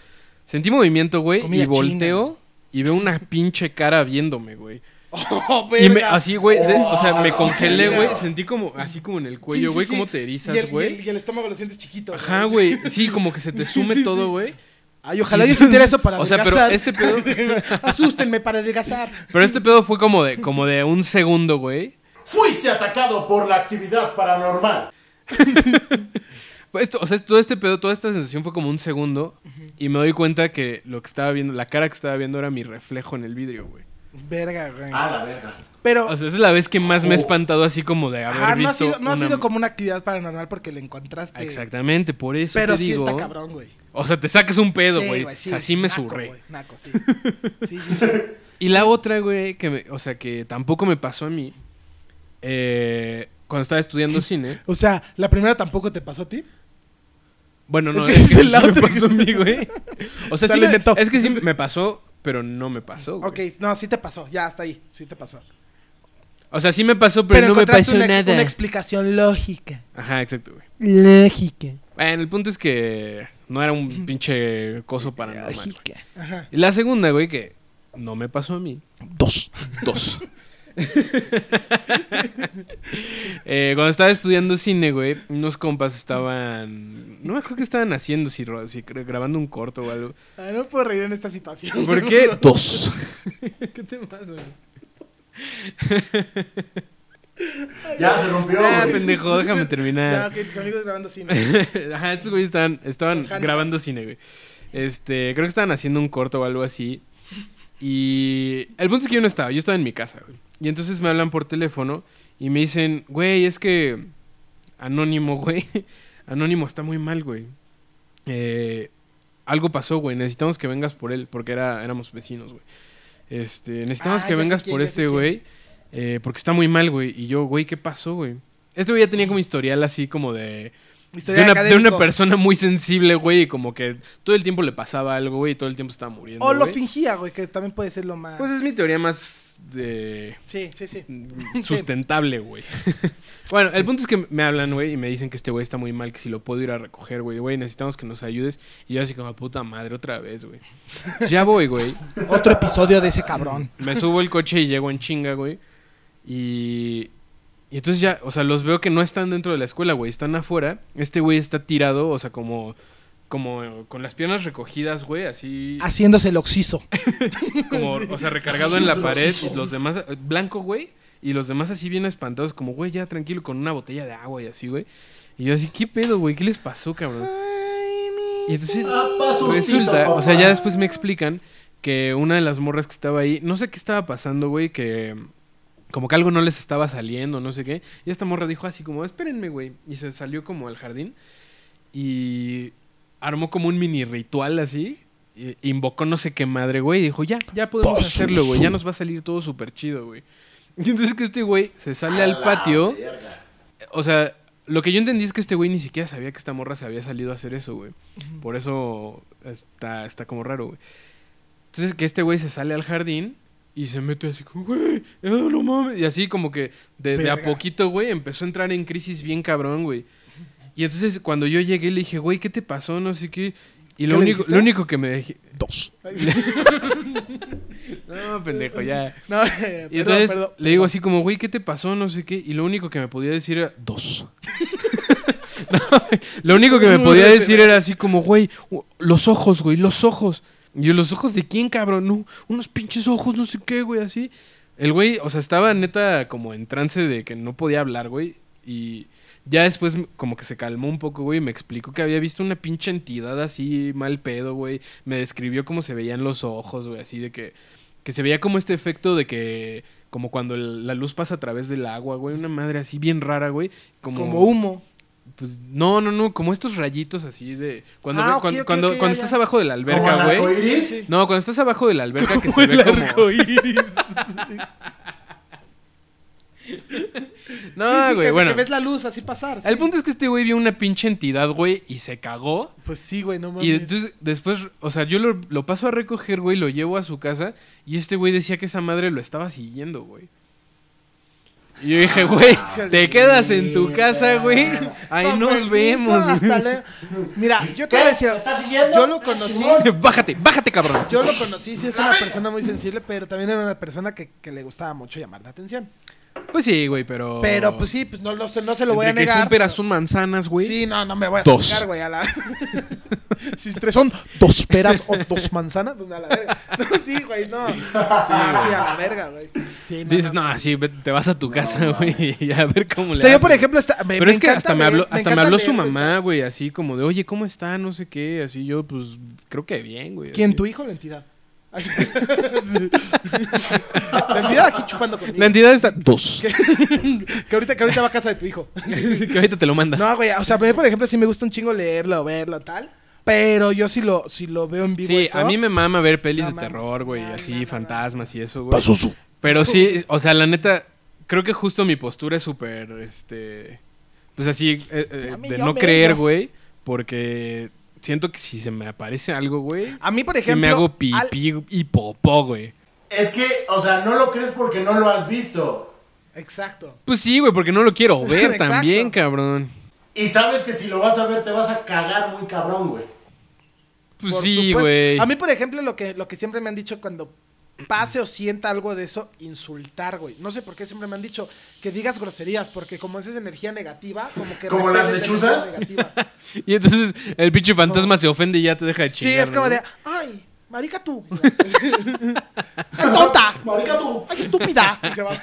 Sentí movimiento, güey,
Comida
y
china.
volteo y veo una pinche cara viéndome, güey.
Oh,
Y me,
verga.
así, güey, de- o sea, me
Oh,
congelé, güey.
verga.
Sentí como, así como en el
Sí,
cuello,
sí,
güey,
sí.
cómo te
Y
erizas,
el- y el,
güey.
y el estómago lo sientes chiquito.
Ajá, güey. Sí, como que se te sume
sí,
todo,
sí.
güey.
Ay, ojalá yo sintiera eso para
O sea, pero
adelgazar.
este pedo-
Asústenme para adelgazar.
Pero este pedo fue como de, como de un segundo, güey.
Fuiste atacado por la actividad paranormal.
Fue Esto, o sea, todo este pedo, toda esta sensación fue como un segundo. Y me doy cuenta que lo que estaba viendo, la cara que estaba viendo era mi reflejo en el vidrio, güey.
Verga, güey.
A la verga.
Ah, Pero
O sea, esa es la vez que más me he espantado así como de haber
ajá, no, ha
visto.
sido, no ha
una-
sido como una actividad paranormal porque le encontraste.
Exactamente, por eso
Pero
te
sí
digo.
está cabrón, güey.
O sea, te sacas un pedo,
Sí,
güey.
sí,
o sea, sí me
naco,
surré.
güey, Naco, sí. Sí, sí, sí.
Y la otra, güey, que me- o sea, que tampoco me pasó a mí. eh, cuando estaba estudiando cine.
O sea, la primera tampoco te pasó a ti.
Bueno, no,
que
es que,
esa es
sí
la
me
otra.
pasó a mí, güey. O sea,
Se
sí me-
lo inventó.
es que sí me pasó, pero no me pasó, güey.
Ok, no, sí te pasó. Ya, hasta ahí. Sí te pasó.
O sea, sí me pasó, pero, no me
encontraste
pasó
una,
nada.
una explicación lógica.
Ajá, exacto, güey.
Lógica.
Bueno, el punto es que no era un pinche coso paranormal. güey.
Lógica.
Ajá.
Y la segunda, güey, que no me pasó a mí.
Dos.
Dos. Eh, cuando estaba estudiando cine, güey, unos compas estaban. No me acuerdo qué estaban haciendo, si, ro- si cre- grabando un corto o algo.
Ay, Ah, no puedo reír en esta situación.
¿Por qué?
Dos.
¿Qué te pasa, güey?
Ya se rompió.
Ah,
güey.
pendejo, déjame
Ya,
terminar.
ok, tus amigos grabando cine.
Ajá, estos güeyes estaban, estaban
Trabajando.
grabando cine, güey. Este, creo que estaban haciendo un corto o algo así. Y el punto es que yo no estaba, yo estaba en mi casa, güey. Y entonces me hablan por teléfono y me dicen, güey, es que Anónimo, güey. Anónimo está muy mal, güey. Eh, algo pasó, güey. Necesitamos que vengas por él, porque era, éramos vecinos, güey. Este, necesitamos
Ah,
que
ya sé
vengas
quién,
por
ya sé
este,
quién.
güey. eh, porque está muy mal, güey. Y yo, güey, ¿qué pasó, güey? Este güey ya tenía como historial así como de... De
Historial
una, de una
académico.
persona muy sensible, güey, y como que todo el tiempo le pasaba algo, güey, y todo el tiempo estaba muriendo.
O lo
güey.
fingía, güey, que también puede ser lo más.
Pues es mi teoría más eh,
Sí, sí, sí.
sustentable, güey. bueno, el punto es que me hablan, güey, y me dicen que este güey está muy mal, que si lo puedo ir a recoger, güey, güey, necesitamos que nos ayudes. Y yo así como, puta madre, otra vez, güey. ya voy, güey.
Otro episodio de ese cabrón.
Me subo el coche y llego en chinga, güey. Y... Y entonces ya, o sea, los veo que no están dentro de la escuela, güey, están afuera. Este güey está tirado, o sea, como... Como con las piernas recogidas, güey, así
Haciéndose el oxiso.
como, o sea, recargado en la pared, y los demás, eh, blanco, güey, y los demás así bien espantados, como, güey, ya tranquilo, con una botella de agua y así, güey. Y yo así, ¿qué pedo, güey? ¿Qué les pasó, cabrón? Y entonces,
Papá, sustito,
resulta, o sea,
papá.
ya después me explican que una de las morras que estaba ahí, no sé qué estaba pasando, güey, que como que algo no les estaba saliendo, no sé qué. Y esta morra dijo así como, espérenme, güey. Y se salió como al jardín y armó como un mini ritual así. e- Invocó no sé qué madre, güey. Y dijo, ya, ya podemos
Paso
hacerlo, güey. Ya
su-
nos va a salir todo súper chido, güey. Y entonces que este güey se sale
A
al
la
patio.
verga.
O sea, lo que yo entendí es que este güey ni siquiera sabía que esta morra se había salido a hacer eso, güey. Por eso está, está como raro, güey. Entonces que este güey se sale al jardín y se mete así como, güey, eh, no mames. Y así como que de, de a
Verga.
poquito, güey, empezó a entrar en crisis bien cabrón, güey. Y entonces cuando yo llegué le dije, güey, ¿qué te pasó? No sé qué. Y lo
le
único,
dijiste?
lo único que me dejé...
Dos.
No, pendejo, ya.
No,
Y
eh, perdón,
entonces
perdón.
le digo así como, güey, ¿qué te pasó? No sé qué. Y lo único que me podía decir era, dos. No, güey, lo único que me podía decir era así como, güey, u- los ojos, güey, los ojos. Y yo, ¿los ojos de quién, cabrón? No, unos pinches ojos, no sé qué, güey, así. El güey, o sea, estaba neta como en trance de que no podía hablar, güey. Y ya después m- como que se calmó un poco, güey. y Me explicó que había visto una pinche entidad así, mal pedo, güey. Me describió cómo se veían los ojos, güey. Así de que... Que se veía como este efecto de que... Como cuando el- la luz pasa a través del agua, güey. Una madre así bien rara, güey. Como,
Como humo.
Pues no, no, no. Como estos rayitos así de... Cuando,
Ah,
ve-
ok,
cuando,
ok,
cuando,
ok, ya,
cuando
ya.
estás abajo de la
Como el
alberca,
arco
güey.
iris.
No, cuando estás abajo de la alberca que se ve como... No, Ah, güey, bueno.
Que ves la luz así pasar.
El
sí.
punto es que este güey vio una pinche entidad, güey, y se cagó.
Pues sí, güey, no mames.
Y entonces, después, o sea, yo lo, lo paso a recoger, güey, lo llevo a su casa. Y este güey decía que esa madre lo estaba siguiendo, güey. Y yo
Ah,
dije, güey, te quedas en tu casa, güey. Ahí
No,
nos
pues,
vemos.
sí, hasta luego. Mira, yo te voy a decir.
¿Te está siguiendo?
Yo lo
Ah,
conocí.
Simón.
bájate, bájate, cabrón.
Yo lo conocí, sí es una persona muy sensible, pero también era una persona que, que le gustaba mucho llamar la atención.
Pues sí, güey, pero.
Pero pues sí, pues no, no, se- no se lo voy a
entre que
negar.
Son peras, son manzanas, güey.
Sí, no, no me voy a
Dos.
sacar, güey, a la... si tres son dos peras o dos manzanas, pues a la verga. No, sí, güey, no. Ah, sí, a la verga, güey. Sí, no,
Dices,
no,
no, sí, vete- te vas a tu casa, güey, y a ver cómo le
O sea, yo,
haces,
por
güey.
ejemplo, esta- me-
Pero
me
es que
encanta
hasta me
leer,
habló,
me
hasta me
encanta
habló
leer,
su
güey.
mamá, güey, así como de, oye, ¿cómo está? No sé qué, así yo, pues, creo que bien, güey.
¿Quién,
así.
tu hijo o la entidad? Ay, sí. la entidad aquí chupando conmigo.
La entidad está... Dos.
Que, ahorita, que ahorita va a casa de tu hijo.
que ahorita te lo manda.
No, güey, o sea, a mí, por ejemplo, sí me gusta un chingo leerlo, verlo, tal. Pero yo sí lo, sí lo veo en vivo.
sí,
eso.
a mí me mama ver pelis
No
de
mames.
terror, güey,
No,
así,
no, no, no.
fantasmas y eso, güey.
Paso su.
Pero sí, o sea, la neta, creo que justo mi postura es súper, este... Pues así, eh, eh,
A mí
de
yo
no
me
creer,
río.
güey, porque siento que si se me aparece algo, güey...
A mí, Ah, por
sí
ejemplo.
me hago
al-
pipí y popó, güey.
Es que, o sea, no lo crees porque no lo has visto.
Exacto.
Pues sí, güey, porque no lo quiero ver
Exacto.
también, cabrón.
Y sabes que si lo vas a ver te vas a cagar muy cabrón, güey.
Pues
por
sí,
supuesto.
güey.
A mí, por ejemplo, lo que, lo que siempre me han dicho cuando pase o sienta algo de eso, insultar, güey. No sé por qué siempre me han dicho que digas groserías, porque como es esa energía negativa, como que.
¿Como las
repelen esa
lechuzas?
energía negativa.
Y entonces el pinche fantasma se ofende y ya te deja de chingar.
sí, es como
¿no?
de, ay,
Marica tú. ¡Ay, tonta!
Marica tú.
¡Ay, estúpida!
Y se va.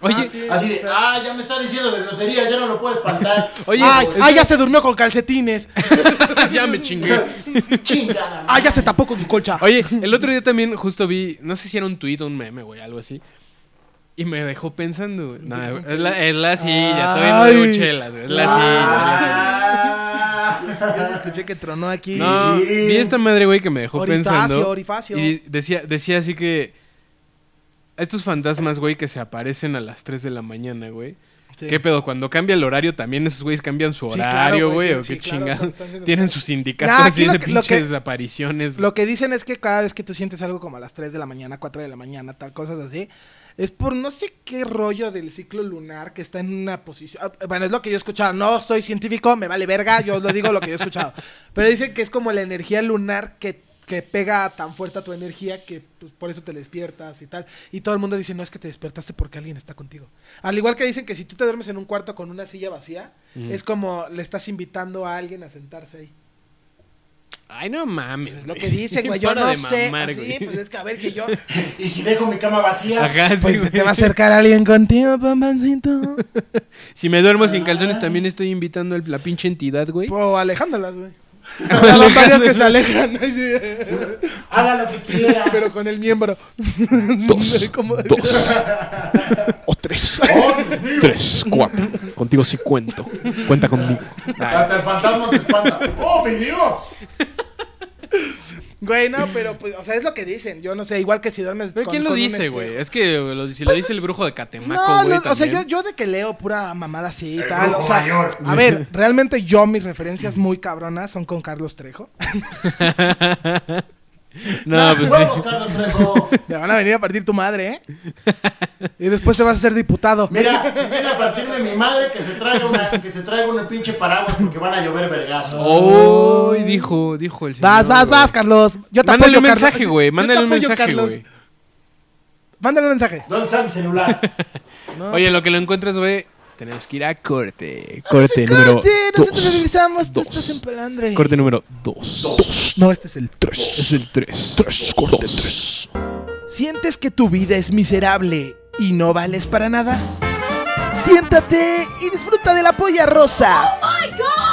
Oye,
Así de, ah, ya me está diciendo de grosería, ya no lo puedo espantar.
Oye,
Ah,
¡Ay, ay, ya se durmió con calcetines!
ya me chingué.
Chinga.
Ah,
¡Ay, ya se tapó con su colcha!
Oye, el otro día también justo vi, no sé si era un tuit o un meme, güey, algo así. Y me dejó pensando, güey. No, es, la, es la silla, todavía no
Ay.
debo chelas, güey. Es la silla.
Ah.
Yo escuché que tronó aquí.
No,
Sí.
vi esta madre, güey, que me dejó
Orifacio,
pensando.
orifacio.
Y decía, decía así que. Estos fantasmas, güey, que se aparecen a las 3 de la mañana, güey.
Sí.
¿Qué pedo? Cuando cambia el horario, también esos güeyes cambian su
Sí, claro,
horario,
güey,
güey.
que-
o
sí,
qué
claro,
chingado.
están- están-
Tienen sus
Nah,
sindicatos,
aquí lo
tienen
que- lo que-
pinches apariciones.
Lo que dicen es que cada vez que tú sientes algo como a las 3 de la mañana, 4 de la mañana, tal, cosas así, es por no sé qué rollo del ciclo lunar que está en una posición. ah, Bueno, es lo que yo he escuchado. No soy científico, me vale verga, yo lo digo lo que yo he escuchado. Pero dicen que es como la energía lunar que, que pega tan fuerte a tu energía que pues, por eso te despiertas y tal. Y todo el mundo dice, no es que te despertaste porque alguien está contigo. Al igual que dicen que si tú te duermes en un cuarto con una silla vacía, es como le estás invitando a alguien a sentarse ahí.
Ay, no mames.
Pues es lo
güey.
que dicen, güey. Yo
Para
no
de
sé.
mamar,
Sí,
güey.
pues es que a ver que yo.
Y si dejo mi cama vacía.
Ajá, sí,
Pues se
güey.
te va a acercar alguien contigo, papancito.
Si me duermo sin calzones, también estoy invitando a la pinche entidad, güey.
O alejándolas, güey. Ya van varios que se alejan. así,
Haga lo que quiera.
Pero con el miembro. Como-
O tres.
Oh, Dios mío.
Pues,
Tres, cuatro. Contigo sí cuento. Cuenta conmigo.
Ah,
Hasta el fantasma se espanta. ¡Oh, mi Dios!
Güey, no, pero pues, o sea, es lo que dicen. Yo no sé, igual que si duermes.
¿Pero
con-
quién lo
con un
dice,
espejo.
güey? Es que lo- si lo dice el brujo de Catemaco,
No,
güey.
no, o sea,
también.
yo, yo de que leo pura mamada así y
El
tal.
brujo
O sea,
mayor.
a ver, realmente yo mis referencias muy cabronas son con Carlos Trejo.
No, pues sí.
¡Huevos, Carlos Trejo!
Me van a venir a partir tu madre, ¿eh? Y después te vas a ser diputado.
Mira, si viene a partirme mi madre que se traiga una, que se traiga un pinche paraguas porque van a llover vergazos.
Oh, dijo, dijo el señor.
Vas, vas,
güey.
vas, Carlos. Yo te
Mándale
apoyo,
un
Carlos.
mensaje, güey.
Yo te
Mándale un
apoyo,
mensaje,
Carlos.
güey.
Mándale un mensaje.
¿Dónde está mi celular?
Oye, lo que lo encuentras, güey. Tenemos que ir a corte. Corte número.
corte, nosotros
dos,
regresamos, tú
dos.
estás en pelandre.
Corte número dos. Dos.
No, este es el
Es el tres. Tres, corte tres.
¿Sientes que tu vida es miserable y no vales para nada? Siéntate y disfruta de la polla rosa.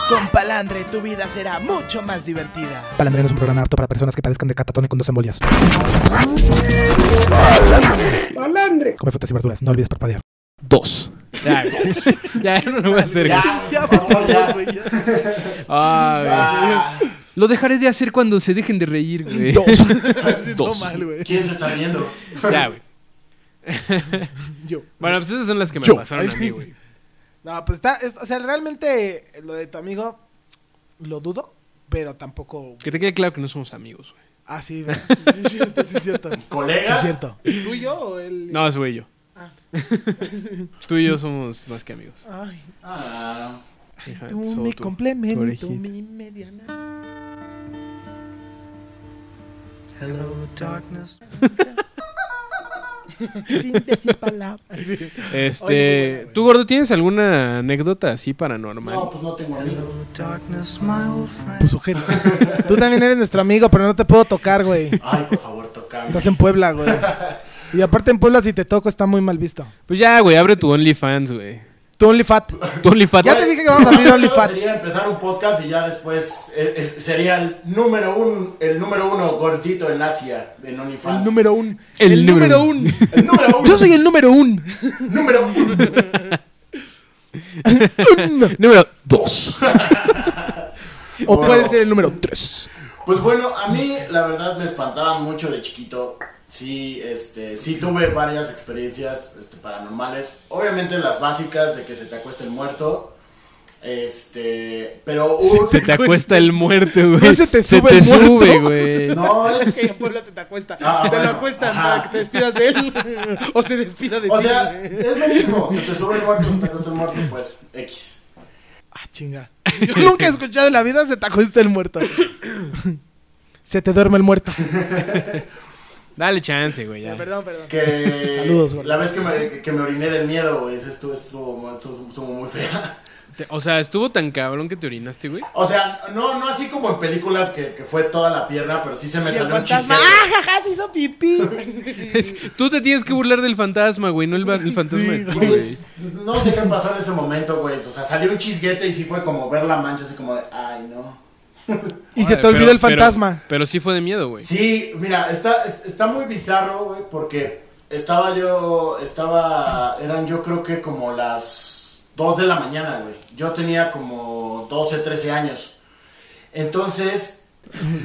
Con Palandre tu vida será mucho más divertida. Palandre no es un programa apto para personas que padezcan de catatón y con dos embolias. Palandre. Come frutas y verduras, no olvides parpadear.
Dos.
Ya, ya, no lo voy a hacer, güey.
Ya, por favor, ya.
Ah,
Ah,
güey. Lo dejaré de hacer cuando se dejen de reír, güey.
Dos.
¿Quién se está riendo?
Ya, güey.
Yo.
Bueno, pues esas son las que me
Yo.
pasaron a mí, güey.
No, pues está, es- o sea, realmente eh, lo de tu amigo lo dudo, pero tampoco
Que te quede claro que no somos amigos, güey.
así. sí, es cierto, sí, es cierto. Sí, es
¿Colegas?
cierto. ¿Tú y yo o él?
No, es güey yo.
Ah.
Tú y yo somos más que amigos.
Ay,
Ah,
Ajá,
tú
solo
mi
tú.
complemento,
orejita.
mi mediana. Sin decir palabras.
Este,
Oye, buena, güey.
tú gordo, ¿tienes alguna anécdota así paranormal?
no, pues no tengo amigos.
Pues ojete. Tú también eres nuestro amigo, pero no te puedo tocar, güey.
Ay, por favor, tocame.
Estás en Puebla, güey. Y aparte en Puebla si te toco está muy mal visto.
Pues ya, güey, abre tu OnlyFans, güey.
Tú OnlyFat.
Tu OnlyFans.
Ya te dije que vamos a abrir OnlyFat.
Sería empezar un podcast y ya después eh, es- sería el número uno, el número uno gordito en Asia en OnlyFans.
El número uno.
El número
uno.
El número uno.
Yo soy el número uno.
Número uno.
Número
Dos.
O
Bueno.
puede ser el número tres.
Pues bueno, a mí la verdad me espantaba mucho de chiquito. Sí, este, sí tuve varias experiencias este, paranormales. Obviamente las básicas de que se te acuesta el muerto. Este, pero un-
se te acuesta el muerto, güey.
No se te sube el muerto.
sube, güey.
no es
Que en Puebla se te acuesta.
Ah,
te
bueno,
lo acuestan
ajá.
para que te despidas de él. o se despida de ti.
o sea, es lo mismo, se te sube el muerto, se te acuesta el muerto, pues X.
Ah, chinga. Yo nunca he escuchado en la vida se te acuesta el muerto. se te duerme el muerto.
Dale chance, güey. Ya.
Perdón, perdón.
Que
Saludos, güey.
la vez que me, que me oriné del miedo, güey, estuvo, estuvo, estuvo, estuvo muy fea.
Te- O sea, estuvo tan cabrón que te orinaste, güey.
O sea, no, no así como en películas que, que fue toda la pierna, pero sí se me
Y el
salió un
fantasma,
chiste.
¡ah, jaja! Se hizo pipí.
Es- Tú te tienes que burlar del fantasma, güey, no el, va- el fantasma de ti, güey.
Pues,
¡ah!
no sé qué pasó en ese momento, güey. O sea, salió un chisguete y sí fue como ver la mancha, así como de, ay, no.
Y se te
Pero-
olvidó el
pero-
fantasma.
Pero, sí fue de miedo, güey.
Sí, mira, está, es- está muy bizarro, güey, porque estaba yo, estaba, eran yo creo que como las 2 de la mañana, güey. Yo tenía como 12, 13 años. Entonces,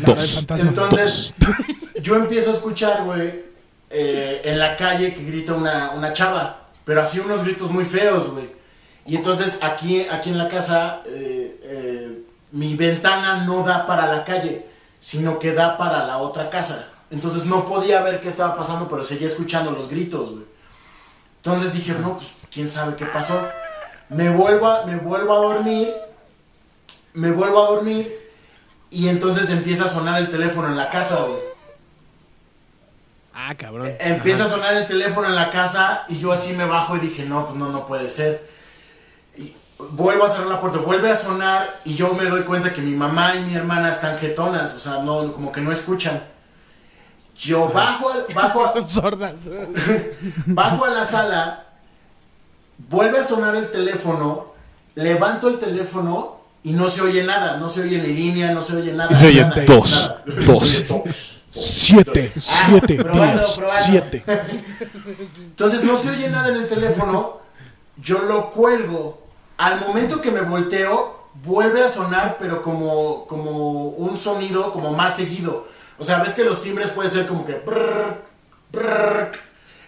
La hora del fantasma.
Entonces, yo empiezo a escuchar, güey, eh, en la calle que grita una, una chava, pero así unos gritos muy feos, güey. Y entonces aquí, aquí en la casa, eh, eh, mi ventana no da para la calle, sino que da para la otra casa. Entonces no podía ver qué estaba pasando, pero seguía escuchando los gritos, güey. Entonces dije, no, pues quién sabe qué pasó. Me vuelvo a- me vuelvo a dormir, me vuelvo a dormir y entonces empieza a sonar el teléfono en la casa, güey.
Ah,
Eh,
cabrón.
Empieza
Ajá.
a sonar el teléfono en la casa y yo así me bajo y dije, no, pues no, no puede ser. Y vuelvo a cerrar la puerta, vuelve a sonar y yo me doy cuenta que mi mamá y mi hermana están jetonas, o sea, no, como que no escuchan. Yo bajo, al- bajo, a-
Son sordas.
bajo a la sala, vuelve a sonar el teléfono, levanto el teléfono y no se oye nada, no se oye ni línea, no se oye nada.
Se oyen
nada,
dos,
nada.
dos.
Se oyen dos.
Siete,
Ah,
siete,
probando,
días,
probando.
siete.
Entonces no se oye nada en el teléfono, yo lo cuelgo. Al momento que me volteo, vuelve a sonar, pero como, como un sonido como más seguido. O sea, ves que los timbres pueden ser como que... prrr, prrr.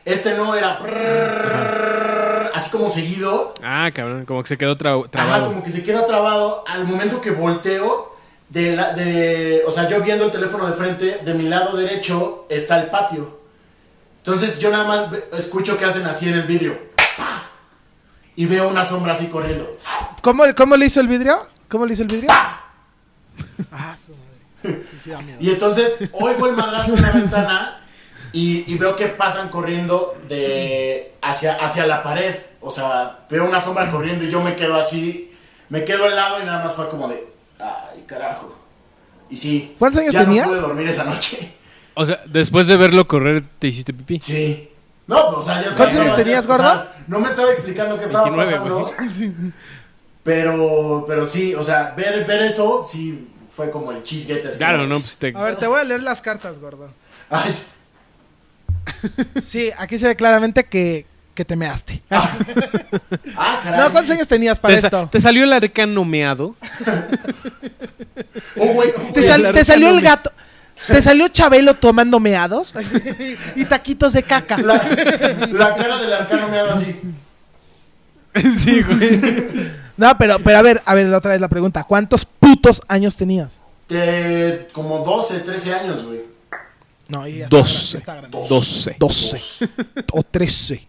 Este no era... prrr, así como seguido.
Ah, cabrón, como que se quedó tra-
Ajá,
trabado.
como que se queda trabado. Al momento que volteo, de la- de, o sea, yo viendo el teléfono de frente, de mi lado derecho está el patio. Entonces yo nada más ve- escucho que hacen así en el vídeo. ¡Pa! Y veo una sombra así corriendo.
¿Cómo, ¿Cómo le hizo el vidrio? ¿Cómo le hizo el vidrio?
Y entonces oigo el madrazo en la ventana y, y veo que pasan corriendo de hacia, hacia la pared. O sea, veo una sombra corriendo y yo me quedo así, me quedo helado y nada más fue como de, ay, carajo. Y sí.
¿Cuántos años
ya
tenías?
No pude dormir esa noche.
O sea, después de verlo correr, te hiciste pipí.
Sí. No, pues, o sea, ya
¿Cuántos
estaba-
años tenías,
o sea,
gordo?
no me estaba explicando qué estaba
29,
pasando. Pero, pero sí, o sea, ver, ver eso, sí, fue como el chisguete. así
Claro,
como-
no, pues te.
A ver, te voy a leer las cartas, gordo.
Ay,
Sí, aquí se ve claramente que, que te measte.
ah,
No,
caray.
¿cuántos años tenías para
Te, sa-
esto?
te salió el arcano meado.
Un güey- un
Te,
güey-
sal-
la
te
ruca
salió
no
el
me-
gato. Te salió Chabelo tomando meados y taquitos de caca.
La, la cara del arcano me ha dado así.
sí, güey.
No, pero, pero a ver, a ver, otra vez la pregunta. ¿Cuántos putos años tenías?
Te- como 12, 13 años, güey.
No, ya está grande, ya
Doce.
está grande.
12.
Doce. O trece.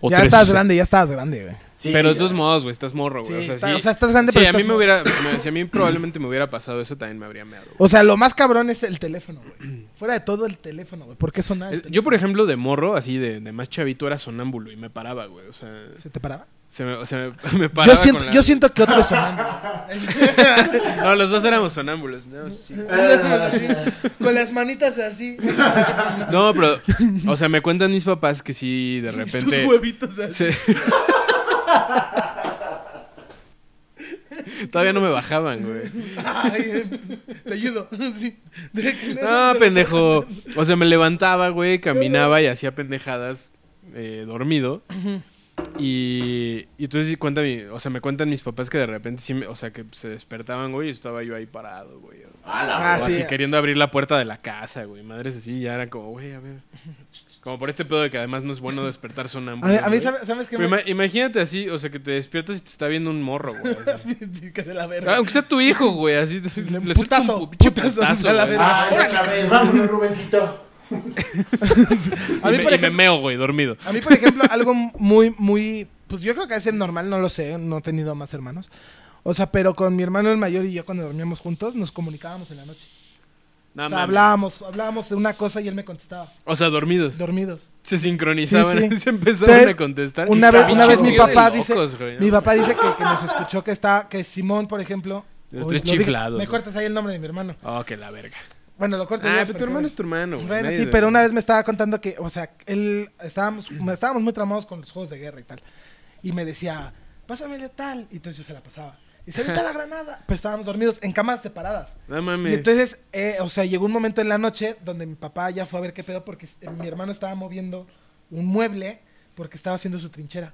O
ya
tres.
estás grande, ya estás grande, güey.
Sí,
pero de
ya.
todos modos, güey, estás morro, güey.
Sí,
o, sea,
está-
sí-
o sea, estás grande,
sí,
pero
a mí
estás
me
mo-
hubiera. me- si a mí probablemente me hubiera pasado eso, también me habría meado. güey.
O sea, lo más cabrón es el teléfono, güey. Fuera de todo el teléfono, güey. ¿Por qué sonar? el
Eh,
teléfono?
Yo, por ejemplo, de morro, así de, de más chavito, era sonámbulo y me paraba, güey. O sea,
¿Se te paraba?
se me, o sea, me- me paraba.
Yo
con
siento,
la-
yo siento que otro es sonando.
No, los dos éramos sonámbulos. No, sí.
Ah, sí.
Con las manitas así.
No, pero, o sea, me cuentan mis papás que sí, de repente.
huevitos así.
Sí. Todavía no me bajaban, güey.
eh, te ayudo. Sí.
No, pendejo. O sea, me levantaba, güey, caminaba y hacía pendejadas eh, dormido. Y, y entonces sí cuenta mi- o sea, me cuentan mis papás que de repente sí me- o sea, que se despertaban, güey, y estaba yo ahí parado, güey. O,
Ah, la
Ah,
o
verdad.
sí.
así queriendo abrir la puerta de la casa, güey. Madres así, ya era como, güey, a ver. Como por este pedo de que además no es bueno despertar
A mí,
sonámbulo.
a mí
güey.
¿sabes, ¿sabes qué
Pero
me...
ima- imagínate así, o sea, que te despiertas y te está viendo un morro, güey. así.
que de la
O
verga.
sea, Aunque sea tu hijo, güey, así. Le suelta
putazo,
un pu- pinche
putazo,
putazo,
a la
güey. Ah,
Ay,
verga.
otra vez, vámonos, Rubencito.
A
Y me- y
mí, por
me
ejemplo,
meo, güey, dormido.
a mí, por ejemplo, algo muy, muy... Pues yo creo que debe ser normal, no lo sé, no he tenido más hermanos. O sea, pero con mi hermano el mayor y yo cuando dormíamos juntos nos comunicábamos en la noche.
No
O sea,
Ah, mames.
hablábamos, hablábamos de una cosa y él me contestaba,
O sea, dormidos.
dormidos.
se sincronizaban,
Sí, sí.
se empezaban
Entonces,
a contestar.
Una vez,
Pinche
una vez mi
trío de
papá
locos,
dice,
güey, ¿no?
mi papá dice que, que nos escuchó que está, que Simón, por ejemplo.
Los
uy,
tres
lo dije,
chiflados,
Me
güey.
cortas ahí el nombre de mi hermano.
Oh, que la verga.
Bueno, lo corto.
Ah,
yo,
pero tu
porque,
hermano
bueno.
es tu hermano. güey.
Bueno,
Nadie
sí,
de-
pero una vez me estaba contando que, o sea, él estábamos, estábamos muy tramados con los juegos de guerra y tal. Y me decía, pásamele tal. Y entonces yo se la pasaba. Y se avienta la granada. Pero estábamos dormidos en camas separadas.
No mames.
Y entonces, eh, o sea, llegó un momento en la noche donde mi papá ya fue a ver qué pedo porque eh, mi hermano estaba moviendo un mueble porque estaba haciendo su trinchera.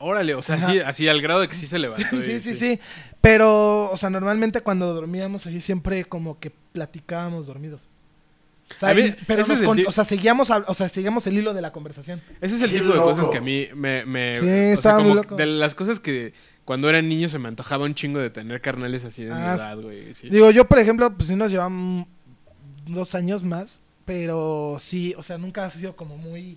Órale, o sea,
Ajá.
así, así al grado de que sí se levantó.
sí,
y-
sí, sí. Pero, o sea, normalmente cuando dormíamos así siempre como que platicábamos dormidos. O sea,
A mí,
y- pero
ese
nos
es el
con-
di-
o sea, seguíamos, hab- o sea, seguíamos el hilo de la conversación.
Ese es el
Qué
tipo de cosas
loco.
que a mí me... me
Sí,
o sea,
estaba muy
como
loco.
De las cosas que cuando era niño se me antojaba un chingo de tener carnales así de mi
Ah,
edad, güey. sí.
Digo, yo, por ejemplo, pues sí nos llevamos dos años más, pero sí, o sea, nunca ha sido como muy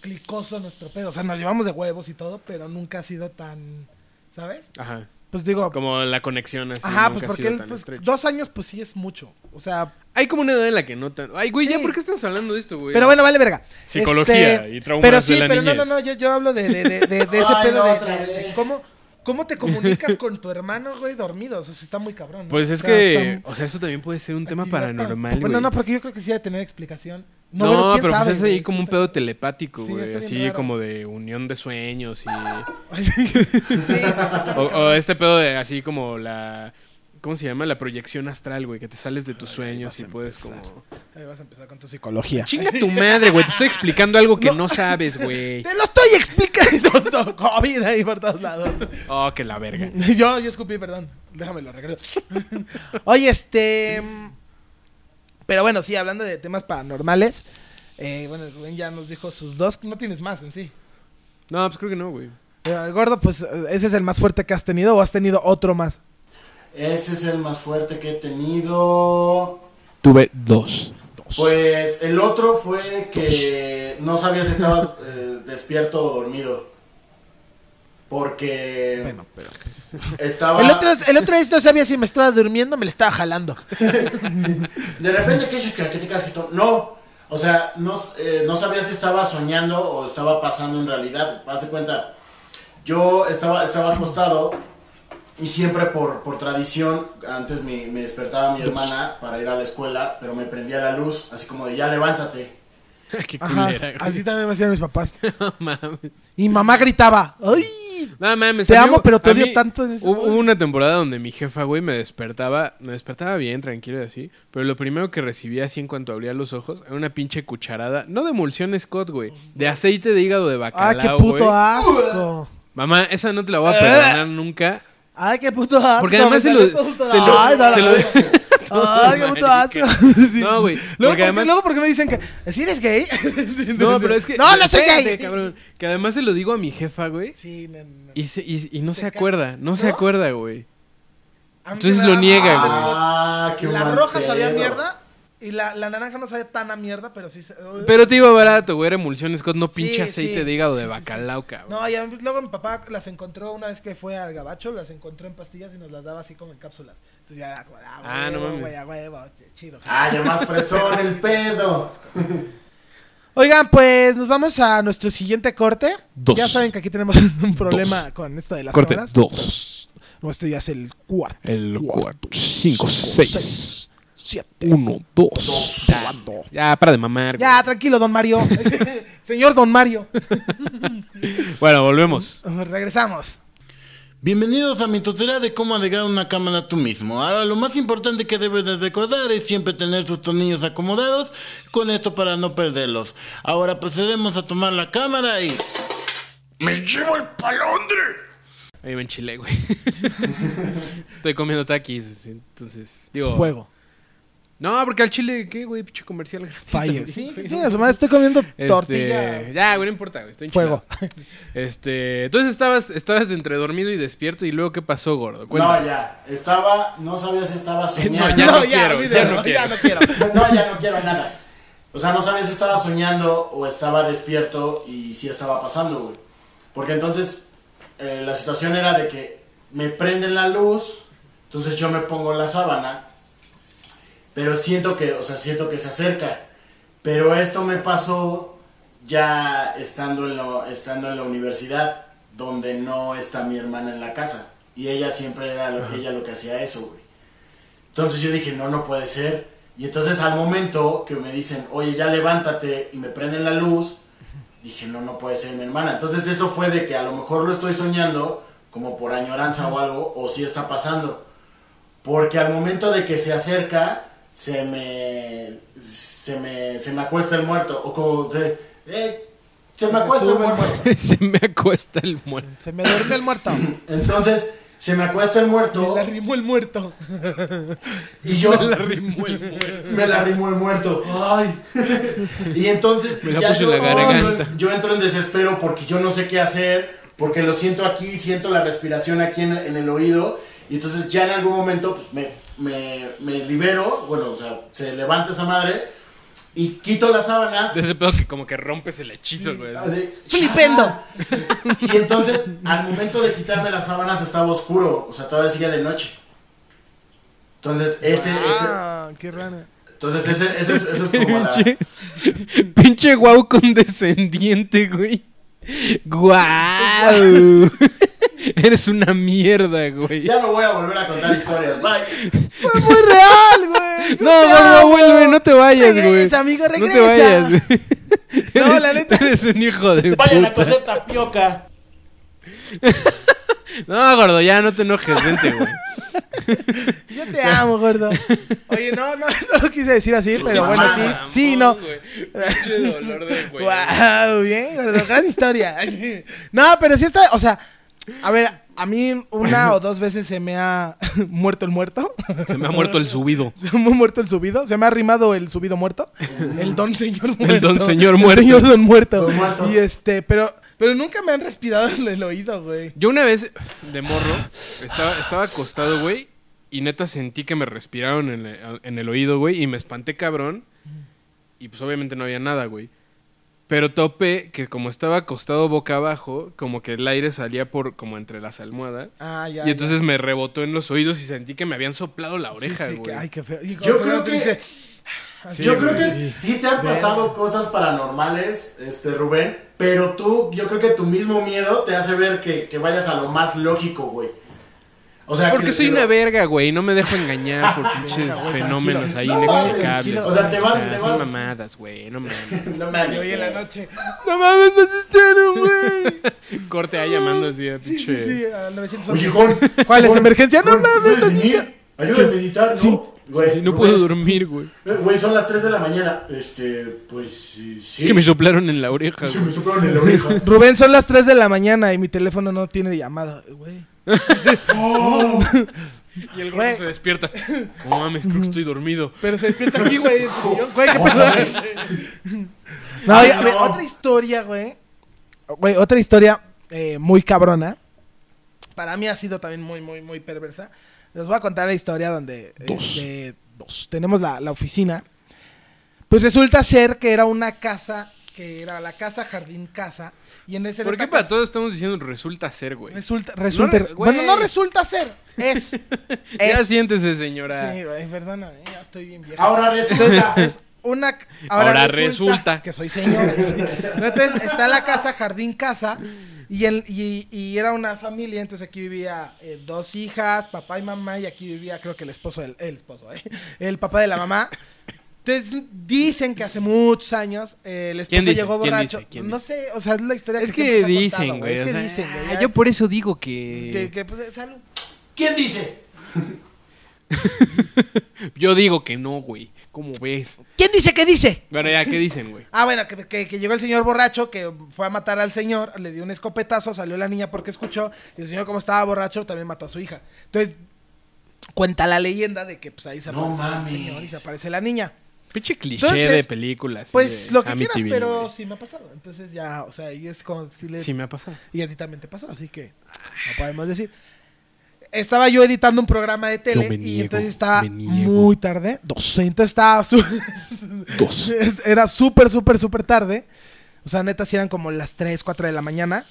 clicoso nuestro pedo. O sea, nos llevamos de huevos y todo, pero nunca ha sido tan, ¿sabes?
Ajá.
Pues digo,
Como la conexión así.
ajá,
nunca
pues
ha
porque
sido
él,
tan
pues,
estrecha.
dos años, pues sí es mucho. O sea,
Hay como una edad en la que no tan... Ay, güey, ¿ya
Sí.
por qué estamos hablando de esto, güey?
pero bueno, vale verga. Este,
Psicología y traumas
Pero
de
sí,
la
pero no,
niñez.
no, no, yo, yo hablo de, de- de- de- de ese
Ay,
pedo
no,
de,
otra
de- de
vez.
cómo, cómo te comunicas con tu hermano, güey, dormido. O sea, sí está muy cabrón. ¿no?
Pues es
O sea,
que...
está-
O sea, eso también puede ser un tema
actividad para-
paranormal, güey.
Bueno, no, porque yo creo que sí debe tener explicación. No,
No,
bueno, ¿quién
pero
sabe,
pues es ahí
güey?
como un pedo telepático,
Sí,
güey.
está bien
así
raro.
como de unión de sueños y...
Ay, sí.
o, o este pedo de así como la... ¿Cómo se llama? La proyección astral, güey. Que te sales de tus sueños y puedes como...
Ahí vas a empezar con tu psicología.
Chinga tu madre, güey. Te estoy explicando algo que no, sabes, güey.
Te lo estoy explicando todo, COVID ahí por todos lados.
Oh, que la verga.
Yo, yo escupí, perdón. Déjamelo, regreso. Oye, este. mm, Pero bueno, sí, hablando de temas paranormales. eh, bueno, el Rubén ya nos dijo sus dos. No tienes más en sí.
No, pues creo que no, güey.
Pero el gordo, pues eh, ese es el más fuerte que has tenido o has tenido otro más.
Ese es el más fuerte que he tenido.
Tuve dos.
Pues el otro fue que no sabía si estaba eh, despierto o dormido. Porque estaba...
pues, El otro, el otro es, no sabía si me estaba durmiendo, me lo estaba jalando.
De repente, ¿qué chica? ¿Qué te quedas quieto? No. O sea, no, eh, no sabía si estaba soñando o estaba pasando en realidad. Haz de cuenta, yo estaba, estaba acostado y siempre por, por tradición, antes me, me despertaba mi hermana para ir a la escuela, pero me prendía la luz, así como de ya levántate.
Qué
Ajá,
culera, güey.
así también me hacían mis papás.
No mames.
Y mamá gritaba, ¡ay!
No mames.
Te
a mí
amo,
hubo-
pero te
a
odio
mí
tanto en ese
Hubo hubo
momento.
una temporada donde mi jefa, güey, me despertaba. Me despertaba bien, tranquilo y así. Pero lo primero que recibía así en cuanto abría los ojos era una pinche cucharada. No de emulsión Scott, güey. De aceite de hígado de
¡Ah,
bacalao.
qué puto
güey.
asco!
Mamá, esa no te la voy a perdonar nunca.
¡Ay, qué puto asco!
Porque además
Me
se lo-
salió todo
se lo-
Ay, no,
se
no,
lo-
no. Ay, qué puto
Marica.
asco. Sí.
No, güey,
Luego,
porque
porque-
además-
luego, ¿por qué me dicen que. ¿Si eres gay?
No, pero es que.
¡No, no soy
Espérate,
gay!
cabrón. Que además se lo digo a mi jefa, güey.
Sí, no, no, no.
Y, se- y- y no se,
Se ca-
acuerda, no, se
¿No?
acuerda, güey.
A mí
entonces
me
lo
daba-
niega, güey.
Ah, qué
La
mal
roja sabía a
pedo.
mierda y la, la naranja no sabía tan a mierda, pero sí. se-
Pero te iba barato, güey, era emulsión Scott, no pinche
Sí,
aceite
sí,
de hígado
sí,
de
sí, sí.
bacalao, cabrón.
No, y a mí- luego mi papá las encontró una vez que fue al gabacho, las encontró en pastillas y nos las daba así como en cápsulas. Entonces ya era como, ah,
Ah, no
huevo,
mames.
güey, ah, huevo, ch- chido.
Ah, ya más fresón el pedo.
Oigan, pues nos vamos a nuestro siguiente corte. Ya saben que aquí tenemos un problema con esto de las
Corte
cámaras.
2,
No, este ya es el cuarto.
el 4, 5, 6,
Siete.
1, 2.
Ya, para de mamar.
Ya, tranquilo, don Mario. Señor don Mario.
güey. Bueno, volvemos.
Regresamos.
Bienvenidos a mi tutorial de cómo agregar una cámara tú mismo. Ahora lo más importante que debes de recordar es siempre tener tus tornillos acomodados con esto para no perderlos. Ahora procedemos a tomar la cámara y... ¡Me llevo el palondre!
Ahí me enchilé, güey. Estoy comiendo taquis, entonces. Digo.
Juego.
No, porque al chile, ¿qué, güey? Pinche comercial. gratuito,
Fire.
güey.
Sí, que chinga su madre, estoy comiendo
Este,
tortillas.
Ya, güey, no importa, güey. Estoy enchilado.
Fuego.
Este. Entonces estabas, estabas entre dormido y despierto, y luego, ¿qué pasó, gordo? Cuéntame.
No, ya. Estaba, no sabía si estaba soñando.
ya no quiero,
olvídalo,
ya no quiero.
No, ya no quiero nada. O sea, no sabía si estaba soñando o estaba despierto y si estaba pasando, güey. Porque entonces eh, la situación era de que me prenden la luz, entonces yo me pongo la sábana Pero siento que, o sea, siento que se acerca. Pero esto me pasó ya estando en, lo- estando en la universidad, donde no está mi hermana en la casa. Y ella siempre era lo, ella lo que hacía eso, güey. Entonces yo dije, no, no puede ser. Y entonces al momento que me dicen, oye, ya levántate y me prenden la luz, dije, no, no puede ser mi hermana. Entonces eso fue de que a lo mejor lo estoy soñando, como por añoranza o algo, o sí está pasando. Porque al momento de que se acerca, se me, se me, se me acuesta el muerto. O como de, "Eh, se me acuesta el muerto.
Se me acuesta el muerto.
Se me duerme el muerto.
Entonces, se me acuesta el muerto.
Me la rimó el muerto.
Y yo
Me la rimó el muerto.
Me la rimó el muerto. Ay. y entonces
Me la
ya
puso
yo,
en la garganta.
yo entro en desespero porque yo no sé qué hacer, porque lo siento aquí, siento la respiración aquí en, en el oído. Y entonces ya en algún momento pues, me, me- me libero, bueno, o sea, se levanta esa madre y quito las sábanas.
De ese pedo que como que rompes el hechizo, güey.
así,
Flipendo.
y entonces, al momento de quitarme las sábanas estaba oscuro, o sea, todavía sigue de noche. Entonces, ese, ese,
Ah, qué rana.
entonces ese, ese, es- ese es como la...
Pinche- Pinche guau condescendiente, güey. Guau. Eres una mierda, güey.
Ya no voy a volver a contar historias, bye.
Fue muy real, güey. Yo
No, no,
te
no,
amo.
vuelve, no te vayas, güey.
Regresa, amigo,
No te
regresa.
vayas.
No, la neta.
Eres un hijo de
Vayan a
puta.
coser tapioca.
No, gordo, ya no te enojes, vente, güey.
Yo te amo, gordo. Oye, no, no, no lo quise decir así, pero bueno, Ah, sí.
Mamá,
Sí, no.
güey. Pinche dolor de güey.
Wow, bien, gordo. Gran historia. No, pero sí está, o sea, a ver, a mí una o dos veces se me ha muerto el muerto.
Se me ha muerto el subido.
Se me ha muerto el subido. Se me ha arrimado el subido muerto. El don señor muerto.
don señor muerto.
El señor don muerto.
Don muerto.
Y este, pero, pero nunca me han respirado en el oído, güey.
Yo una vez, de morro, estaba, estaba acostado, güey, y neta sentí que me respiraron en el, en el oído, güey, y me espanté cabrón, y pues obviamente no había nada, güey. Pero topé que como estaba acostado boca abajo, como que el aire salía por como entre las almohadas.
Ah, ya.
y entonces me rebotó en los oídos y sentí que me habían soplado la
ya. Sí,
oreja,
sí, que-
güey.
ay, qué feo. Hijo,
Yo
pero
creo
no te
que-
dice-
Sí,
yo
güey.
creo que sí te han pasado cosas paranormales, este Rubén, pero tú, yo creo que tu mismo miedo te hace ver que, que vayas a lo más lógico, güey. O sea,
Porque
que-
soy
que-
una verga, güey, no me dejo engañar por pinches fenómenos ahí
No,
inexplicables.
tranquilo. O sea, te van- te
son
van-
mamadas, güey, no mames.
No me
Y hoy en la
avisé.
noche. No mames, me asustaron, güey.
Corte ahí llamando así a
Sí,
pinche...
sí, sí, a
Oye,
911.
Gon,
¿Cuál es
Gon,
emergencia? No
Gon,
mames,
¿puedes venir? Ayúdame a meditar, ¿no?
Sí.
Güey,
Sí, no
Rubén,
puedo dormir, güey.
eh, Güey, son las 3 de la mañana. Este, pues eh, sí.
Es que me soplaron en la oreja,
Sí,
güey.
me soplaron en la oreja.
Rubén, son las 3 de la mañana y mi teléfono no tiene llamada, güey.
¡Oh!
Y el
Güey.
gordo se despierta. No mames, creo que estoy dormido.
Pero se despierta aquí, güey. en tu sillón. Güey, qué
Otra
pedo.
vez.
No,
Ay,
oye, a ver,
no.
otra historia, güey. Güey, otra historia eh, muy cabrona. Para mí ha sido también muy, muy, muy perversa. Les voy a contar la historia donde
Dos.
este, dos, tenemos la, la oficina. Pues resulta ser que era una casa, que era la casa, jardín, casa. Y en ese
¿Por qué para todos estamos diciendo resulta ser, güey?
Resulta, resulta,
No re-
bueno, no
güey.
resulta ser, es.
Ya
es.
siéntese, señora.
Sí, güey, perdóname, eh, ya estoy bien viejo.
Ahora resulta.
Es Ah, una.
Ahora resulta.
Que soy señor. No, entonces está la casa, jardín, casa. Y, el, y, y era una familia, entonces aquí vivía eh, dos hijas, papá y mamá, y aquí vivía creo que el esposo, del, el esposo, eh, el papá de la mamá. Entonces dicen que hace muchos años eh, el esposo
¿Quién dice?
llegó
¿Quién
borracho.
dice? ¿Quién
no sé, o sea, es la historia
Es
siempre
que
se ha contado,
dicen, güey.
Es que
o sea,
dicen,
ah,
güey. ya
Yo por eso digo
que,
que...
que, pues, salud.
¿Quién dice?
Yo digo que no, güey. ¿Cómo ves?
¿Quién dice que dice?
Bueno, ya, ¿qué dicen, güey?
Ah, bueno, que, que- que llegó el señor borracho, que fue a matar al señor, le dio un escopetazo, salió la niña porque escuchó, y el señor como estaba borracho también mató a su hija. Entonces, cuenta la leyenda de que pues ahí se
No
aparece el
mames.
señor y se aparece la niña.
Pinche cliché
Entonces,
de películas.
Pues lo que quieras,
Amityville,
pero
güey.
sí me ha pasado. Entonces ya, o sea, ahí es como si le...
Sí me ha pasado.
Y a ti también te pasó, así que no podemos decir. Estaba yo editando un programa de tele
me
y
niego,
entonces estaba
me niego.
muy tarde, 12, entonces estaba... su-
dos,
Es- Era súper, súper, súper tarde. O sea, neta, si eran como las 3, 4 de la mañana.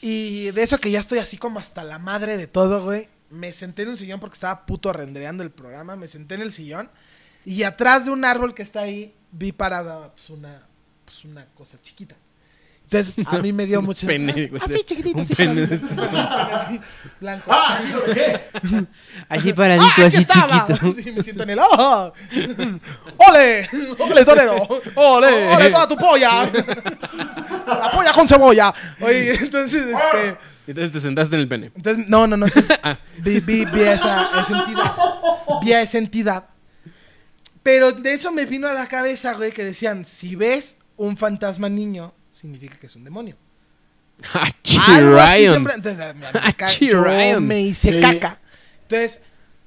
Y de eso que ya estoy así como hasta la madre de todo, güey. Me senté en un sillón porque estaba puto rendereando el programa. Me senté en el sillón Y atrás de un árbol que está ahí, vi parada pues, una, pues, una cosa chiquita. Entonces, a mí me dio
Un
mucho...
pene, güey.
así, chiquitito,
Un
así.
pene.
parado. Así, blanco.
¡Ah! ¿digo de qué?
Allí
¡Ah,
paradito,
aquí
así
estaba!
chiquito.
Sí, me siento en el... ¡Oh! ¡Ole! ¡Ole, torero!
¡Ole!
¡Ole, toda tu polla! ¡La polla con cebolla! Oye, entonces,
Ah.
este...
Entonces te sentaste en el pene.
Entonces, no, no, no. entonces,
Ah.
vi, vi- vi a esa, esa entidad. Vi a esa entidad. Pero de eso me vino a la cabeza, güey, que decían, si ves un fantasma niño, significa que es un demonio.
Ah,
Algo así
Achirrion.
siempre- entonces, a mí me
Ah,
ca-
chi,
yo
Ryan.
me hice
Sí.
caca. Entonces,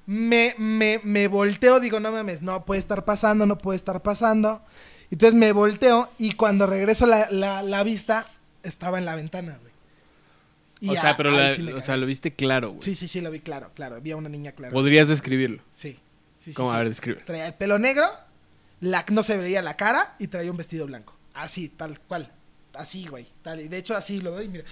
me, me, me volteo, digo, no mames, no puede estar pasando, no puede estar pasando. Entonces me volteo y cuando regreso la, la- la vista, estaba en la ventana, güey. Y
O
a-
sea, pero
ahí
la-
sí le
o
cagué.
sea, lo viste claro, güey.
Sí, sí, sí, lo vi claro, claro. Vi a una niña clara.
Podrías describirlo.
Sí. sí, sí,
¿Cómo?
sí.
A ver, describe.
Traía el pelo negro, la, no se veía la cara y traía un vestido blanco. Así, tal cual. Así, güey. Tal. Y de hecho, así lo veo y mira.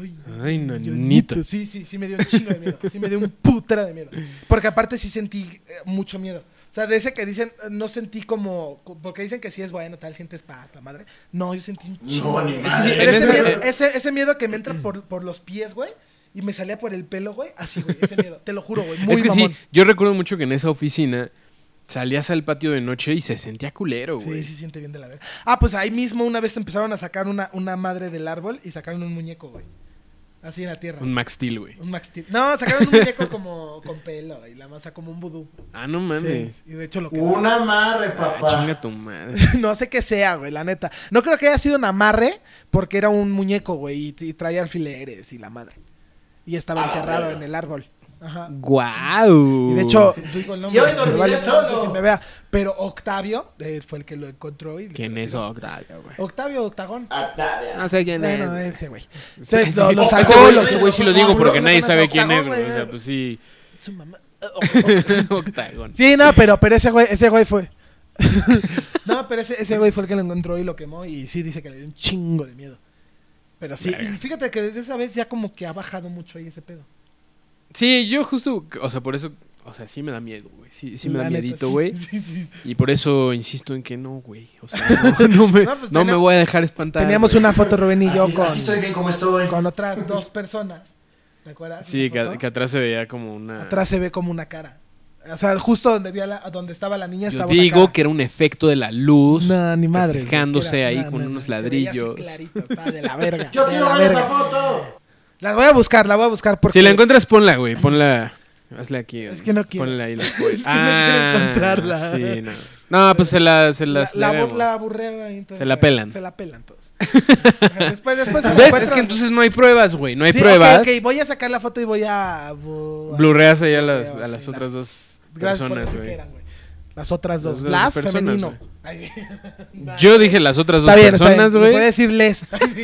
Ay,
Ay,
no,
nanito.
Sí, sí, sí me dio un chingo de miedo. Sí me dio un putra de miedo. Porque aparte sí sentí eh, mucho miedo. O sea, de ese que dicen, eh, no sentí como. co- Porque dicen que sí es bueno, tal, sientes paz, la madre. No, yo sentí un
No, ni
sí, en
pero
madre.
ese,
ese-
miedo, ese- ese miedo que me entra por, por los pies, güey, y me salía por el pelo, güey, así, güey, ese miedo. Te lo juro, güey, muy
es que
mamón.
sí, yo recuerdo mucho que en esa oficina salías al patio de noche y se sentía culero,
Sí,
güey.
se siente bien de la verga. Ah, pues ahí mismo una vez empezaron a sacar una, una madre del árbol y sacaron un muñeco, güey. Así en la tierra.
Un Max Steel, güey.
Un Max Steel. No, sacaron un muñeco como con pelo y la masa como un vudú.
Ah, no
Sí,
mames.
y de hecho lo que...
Un amarre,
Ah,
papá.
chinga tu madre.
No sé qué sea, güey, la neta. No creo que haya sido un amarre porque era un muñeco, güey, y, y traía alfileres y la madre. Y estaba
A la
enterrado
verga.
en el árbol. Ajá.
Uh. ¡Guau!
Y de hecho, digo el nombre,
Y hoy
me
dormiré
vale madre
solo.
si me vea. Pero Octavio eh, fue el que lo encontró y... le-
¿Quién es Octavio, güey?
Octavio Octagón.
Octavia.
No sé quién es.
Bueno, ese güey. Entonces lo, lo
Sí,
sacó,
este güey-
lo
este güey sí lo
sacó,
digo
lo
porque
sacó,
nadie
lo
sabe
sacó,
quién es,
güey.
güey. O sea, pues sí.
Su mamá.
Octagon.
Sí, no, pero, pero ese güey, ese güey fue. no, pero ese, ese güey fue el que lo encontró y lo quemó y sí dice que le dio un chingo de miedo. Pero sí, y fíjate que desde esa vez ya como que ha bajado mucho ahí ese pedo.
Sí, yo justo, o sea, por eso, o sea, sí me da miedo, güey. Sí, sí me
La
da
neta,
miedito,
sí,
güey.
sí, sí.
Y por eso insisto en que no, güey. O sea, no, no me,
No, pues
no me
tenía-
voy a dejar espantar.
Teníamos
güey.
una foto Rubén
Ah,
y yo
Así,
con,
así estoy bien como estoy.
con otras dos personas. ¿Te acuerdas?
Sí,
Esa
que,
foto.
que atrás se veía como una...
Atrás se ve como una cara. O sea, justo donde, vi a la- donde estaba la niña
Yo
estaba una
digo
cara.
que era un efecto de la luz.
No, ni madre. güey.
Fijándose
Era-
ahí
no,
con
no, no,
unos
se veía así
ladrillos.
clarito, está de la verga.
Yo
de
quiero
la
ver esa
verga.
foto.
La voy a buscar, la voy a buscar porque
Si la encuentras, ponla, güey. Ponla. Hazla aquí.
Es
güey.
que no quiero.
Ponla ahí. La, Ah,
que no quiero encontrarla.
Sí, no. No, pues se, la, se
la,
las
la,
debemos.
bu- la aburreo ahí, entonces,
Se la pelan.
Se la pelan todos. después, después se la
¿Ves?
encuentro.
Es que entonces no hay pruebas, güey. No hay
Sí, ok,
pruebas.
ok, voy a sacar la foto y voy a. bu-
Blu-reas ahí a las,
Blu-reo,
a las
sí,
otras
las-
dos
Gracias por
personas,
decir que
güey.
eran, güey. Las otras dos.
Las
Las,
otras personas,
femenino.
güey.
Ay, sí.
Yo dije las otras dos
Está bien, está bien.
personas,
Voy a
güey.
decirles. Ay, sí.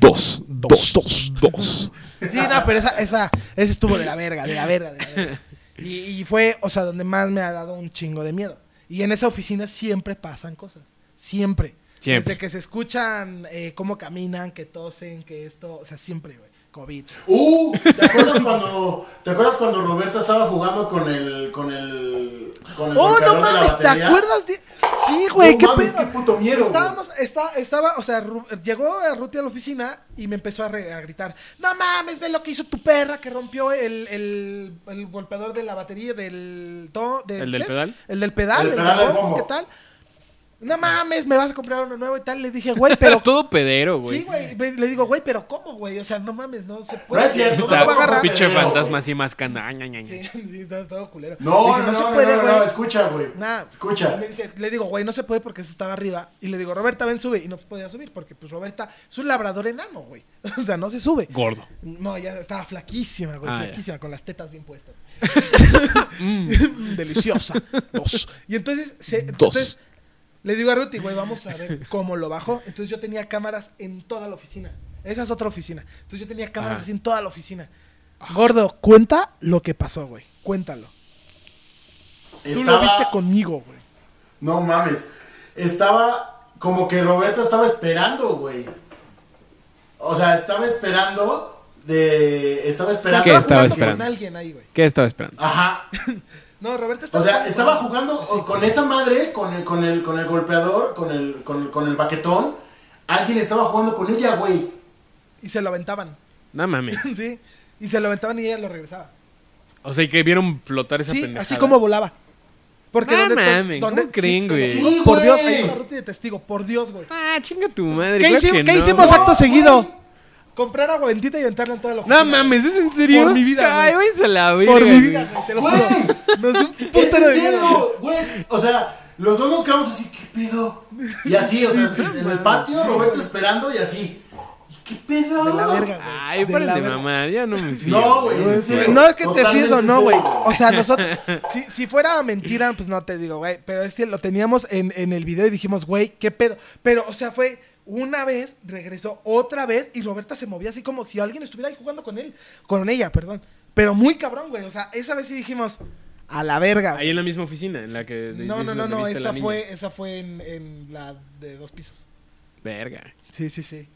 Dos, dos, dos, dos.
Sí, no, pero esa, esa, ese estuvo de la verga, de la verga, de la verga. Y, y fue, o sea, donde más me ha dado un chingo de miedo. Y en esa oficina siempre pasan cosas. Siempre.
Siempre.
Desde que se escuchan eh, cómo caminan, que tosen, que esto. O sea, siempre, güey. COVID.
Uh, ¿te acuerdas cuando te acuerdas cuando Roberta estaba jugando con el con el con el
¡Oh, no
golpeador de la
mames! ¿Te
batería?
acuerdas de.? Sí, güey,
No
qué
mames,
pedo.
qué puto miedo, güey.
Estábamos, está- estaba, o sea, Ru- llegó a Ruti a la oficina y me empezó a, re- a gritar: ¡No mames, ve lo que hizo tu perra que rompió el, el, el golpeador de la batería del. to- del
¿El del
¿qué es?
pedal?
El del pedal,
El
el
pedal
del
del
bombo,
bombo.
¿qué tal? No mames, me vas a comprar uno nuevo y tal. Le dije, güey, pero.
Todo pedero, güey.
sí, güey. ve- Le digo, güey, pero ¿cómo, güey? O sea, no mames, no se puede.
No es cierto,
¿Cómo
Está
va a agarrar?
pinche
Pero-
fantasma así mascando. Ay, ay, ay, ay.
Sí, sí, está todo culero.
No,
Le dije,
no, no, no,
puede,
no, no,
güey".
escucha, güey.
Nada.
Escucha.
Me dice- le digo, güey, no se puede porque eso estaba arriba. Y le digo, Roberta, ven, sube. Y no podía subir porque, pues, Roberta es un labrador enano, güey. O sea, no se sube.
Gordo.
No, ya estaba flaquísima, güey,
Ah, ya.
flaquísima, con las tetas bien puestas. Mm. Deliciosa. Dos. Y entonces, se, entonces, le digo a Ruti, güey, vamos a ver cómo lo bajó. Entonces yo tenía cámaras en toda la oficina. Esa es otra oficina. Entonces yo tenía cámaras
Ajá.
así en toda la oficina. Gordo, cuenta lo que pasó, güey. Cuéntalo. Tú lo
Estaba-
viste conmigo, güey.
No mames. Estaba como que Roberta estaba esperando, güey. O sea, estaba esperando de... Estaba esperando...
¿Qué
estaba
jugando
esperando?
Con alguien ahí, güey.
¿Qué estaba esperando?
Ajá.
No, Roberto está
O sea, estaba jugando o- con esa madre, con el, con el, con el golpeador, con el, con, con el baquetón. Alguien estaba jugando con ella, güey.
Y se lo aventaban.
No mames.
sí. Y se lo aventaban y ella lo regresaba.
O sea, y que vieron flotar esa
Sí,
pendejada.
así como volaba. Porque
No
donde to-
mames, ¿cómo
donde-
creen, güey?
Sí,
Sí,
por
güey.
Dios, ahí está Ruti de testigo, por Dios, güey.
Ah, chinga tu madre.
¿Qué,
claro
hicimos-
que
qué
no.
hicimos
No,
acto seguido? Comprar agua bendita y aventarla en toda la
No
oficina.
mames, ¿es en serio?
Por mi vida,
Ay,
güey.
váyanse a la verga.
Por mi vida,
güey.
güey, te lo
Güey,
juro. Nos dio un
es
putero
en
de miedo.
serio, güey. O sea, los dos nos quedamos así, ¿qué pedo? Y así, o sea, en el patio, Roberto esperando y así. ¿Y ¿Qué pedo?
De la verga, güey.
Ay,
De
paren
la
de
verga.
mamar, ya no me fío.
No, güey, es en serio.
No es que te
Totalmente
fíes o
en
no, güey.
serio.
O sea, nosotros, si, si fuera mentira, pues no te digo, güey. Pero es que lo teníamos en, en el video y dijimos, güey, qué pedo. Pero, o sea, fue una vez, regresó otra vez y Roberta se movía así como si alguien estuviera ahí jugando con él, con ella, perdón. Pero muy cabrón, güey. O sea, esa vez sí dijimos, a la verga. güey".
Ahí en la misma oficina, en la que. de-
No,
dices
no, no,
donde
no,
viste a la
esa
niña.
fue, esa fue en, en la de dos pisos.
Verga.
Sí, sí, sí.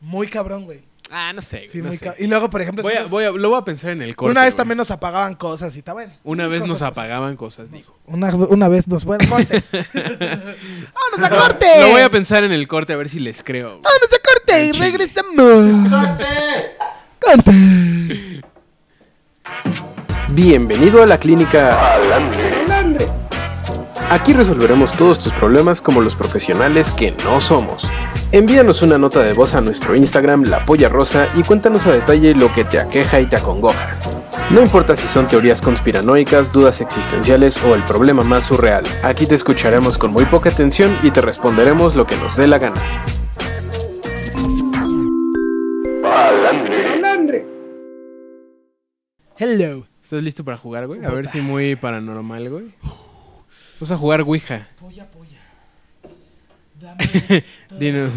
Muy cabrón, güey.
Ah, no sé, güey.
Sí,
no
muy
sé.
cabrón. Y luego, por ejemplo,
Voy a,
hicimos-
voy a- lo voy a pensar en el corte.
una vez
güey.
también nos apagaban cosas y está bueno.
Una vez nos
Cosas,
apagaban cosas, digo.
Una, una vez nos fueron corte. ¡Vámonos a corte!
Lo voy a pensar en el corte a ver si les creo. güey.
¡Vámonos a corte! Y regresamos.
¡Corte!
¡Corte!
Bienvenido a la clínica Alandre. Aquí resolveremos todos tus problemas como los profesionales que no somos. Envíanos una nota de voz a nuestro Instagram La Polla Rosa y cuéntanos a detalle lo que te aqueja y te acongoja. No importa si son teorías conspiranoicas, dudas existenciales o el problema más surreal, aquí te escucharemos con muy poca atención y te responderemos lo que nos dé la gana.
Hello.
¿Estás listo para jugar, güey? A ver si muy paranormal, güey. Vamos a jugar Ouija.
Polla, polla.
Dinos.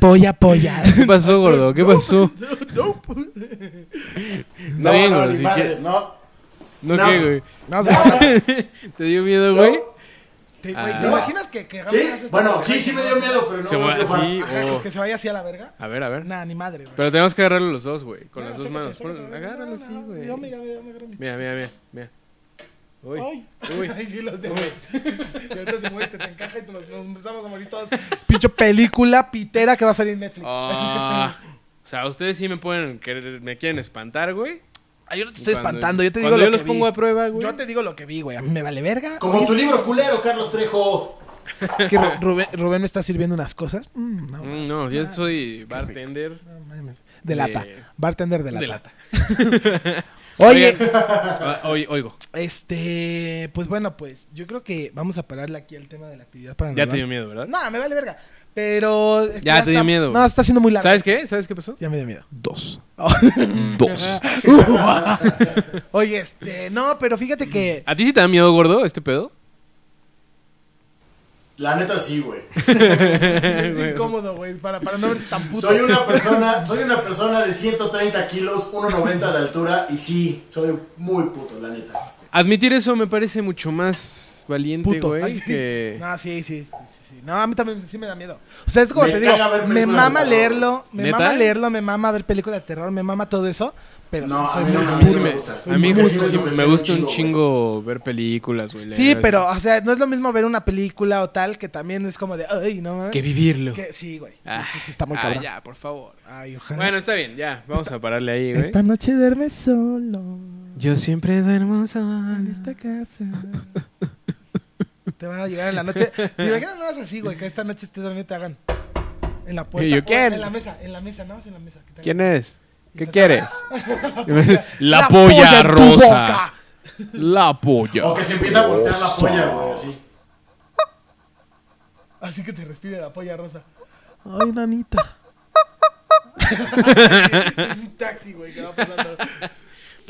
Polla, polla.
¿Qué pasó, gordo? ¿Qué pasó?
pues.
Está
No,
bien,
no,
güey,
ni
si
madres,
quieres-
no.
¿No,
No.
qué, güey?
No, güey,
¿Te dio miedo, güey?
¿Te, güey, ¿te
Ah.
imaginas que, que hagamos
¿Sí?
esto?
Bueno, sí, sí me dio miedo, pero no.
Se
no
va
quiero parar.
así
Ajá,
o...
que se vaya así a la verga.
A ver, a ver.
Nah, ni madre, güey.
Pero tenemos que agarrarlo los dos, güey. Con
No,
las dos
sácate,
manos.
sácate,
Pon-
no,
Agárralo
no,
así,
no,
güey.
Yo me yo me agarro mis
Mira, mira, mira. mira. Uy.
Ay.
Uy.
Ay, sí, los de Y ahorita se mueve, te, te encaja y te los, nos empezamos a morir todos. Pinche película pitera que va a salir en Netflix.
Ah, o sea, ustedes sí me pueden querer- me quieren espantar, güey.
Ay, yo no te estoy
Cuando-
espantando, yo te digo
cuando
lo
yo
que
los
vi.
pongo a prueba, güey.
Yo te digo lo que vi, güey. A mí me vale verga.
Como
Oye,
tu libro culero, Carlos Trejo.
es que Ru- Rubén, Rubén me está sirviendo unas cosas. Mm, no,
Mm, No, yo soy bartender.
no mames. De lata.
Eh,
Bartender de lata.
de lata.
Oye,
Oigan, ah, oi- oigo.
este. Pues bueno, pues yo creo que vamos a pararle aquí al tema de la actividad paranormal.
Ya te dio miedo, ¿verdad?
No, me vale verga. Pero. es que
Ya te dio
está-
miedo.
No, está siendo muy largo.
¿Sabes Mm, qué? ¿Sabes qué pasó?
Ya me dio miedo.
Dos.
Oh.
Dos.
Uh.
Oye, este. No, pero fíjate que.
¿A ti sí te da miedo, gordo, este pedo?
La neta sí, güey.
Es incómodo, güey. Para, para no verte tan puto.
Soy una persona, soy una persona de 130 kilos, 1.90 de altura y sí, soy muy puto, la neta.
Admitir eso me parece mucho más valiente,
puto. Ah,
güey,
Ay,
que...
No, sí, sí, sí, sí. No, a mí también sí me da miedo. O sea, es como
Me
te digo,
caga ver
me
películas de
mama
terror.
leerlo, me
¿Neta?
mama leerlo, me mama ver películas de terror, me mama todo eso, pero
No,
sí soy
a mí no
muy
me
A mí sí
duro.
me,
gusta.
a
Me
mí sí-
gusta
sí
mucho
me
un
gusta un
chingo,
chingo ver películas, güey. la
Sí,
verdad.
pero, o sea, no es lo mismo ver una película o tal que también es como de, ay, no mames.
Que vivirlo.
Que- Sí, güey. Sí,
Ah,
sí, sí, está muy
ah,
cabrón.
ya, por favor.
Ay, ojalá.
Bueno, está bien, ya. Vamos a pararle ahí, güey.
Esta noche duerme solo
Yo siempre duermo sola.
en esta casa. te van a llegar en la noche. ¿Te imaginas nada más así, güey? Que esta noche estés dormido y te hagan en la puerta.
yo,
o
¿quién?
En la mesa, en la mesa, nada más en la mesa. que te hagan.
¿Quién es? ¿Qué
te-
quiere? la,
La polla
polla
en tu
rosa.
boca.
La polla.
O que se empieza a voltear la polla, güey, así.
Así que te respire la polla rosa. Ay, nanita. es un taxi, güey, que va pasando.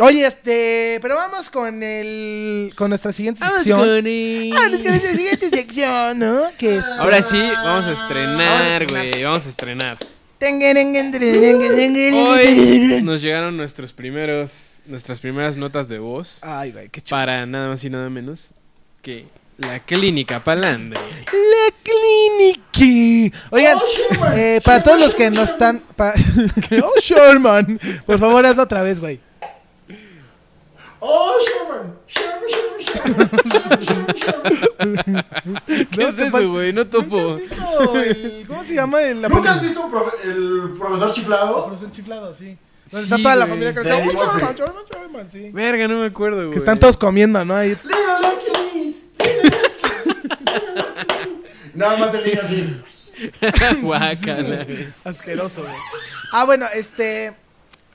Oye, este, pero vamos con el con nuestra siguiente sección. Ah, es que nuestra siguiente sección, ¿no? Que es
Ahora sí, vamos a estrenar,
estrenar.
güey. Vamos a estrenar. Hoy
Hoy.
nos llegaron nuestros primeros, nuestras primeras notas de voz
Ay, güey, qué chulo.
para nada más y nada menos que La clínica Palandre.
La clínica. Oigan, eh, para todos los que no están. pa- oh, Sherman. Por favor, hazlo otra vez, güey.
¡Oh, Sherman! ¡Sherman, Sherman, Sherman! Sherman, Sherman, Sherman.
¿Qué es eso, güey? No topo.
¿Cómo se llama el
¿Nunca has visto un profe- el profesor chiflado?
profesor chiflado, sí.
Sí,
Donde está toda la
güey.
familia que "Oh,
De Eddie Murphy.
Sherman, Sherman, Sherman, sí.
Verga, no me acuerdo, güey.
Que están todos comiendo, ¿no? Ahí.
¡Little Hercules! ¡Little Hercules! ¡Little Hercules! Nada más el niño así.
Guácala, güey.
Asqueroso, güey. Ah, bueno, este.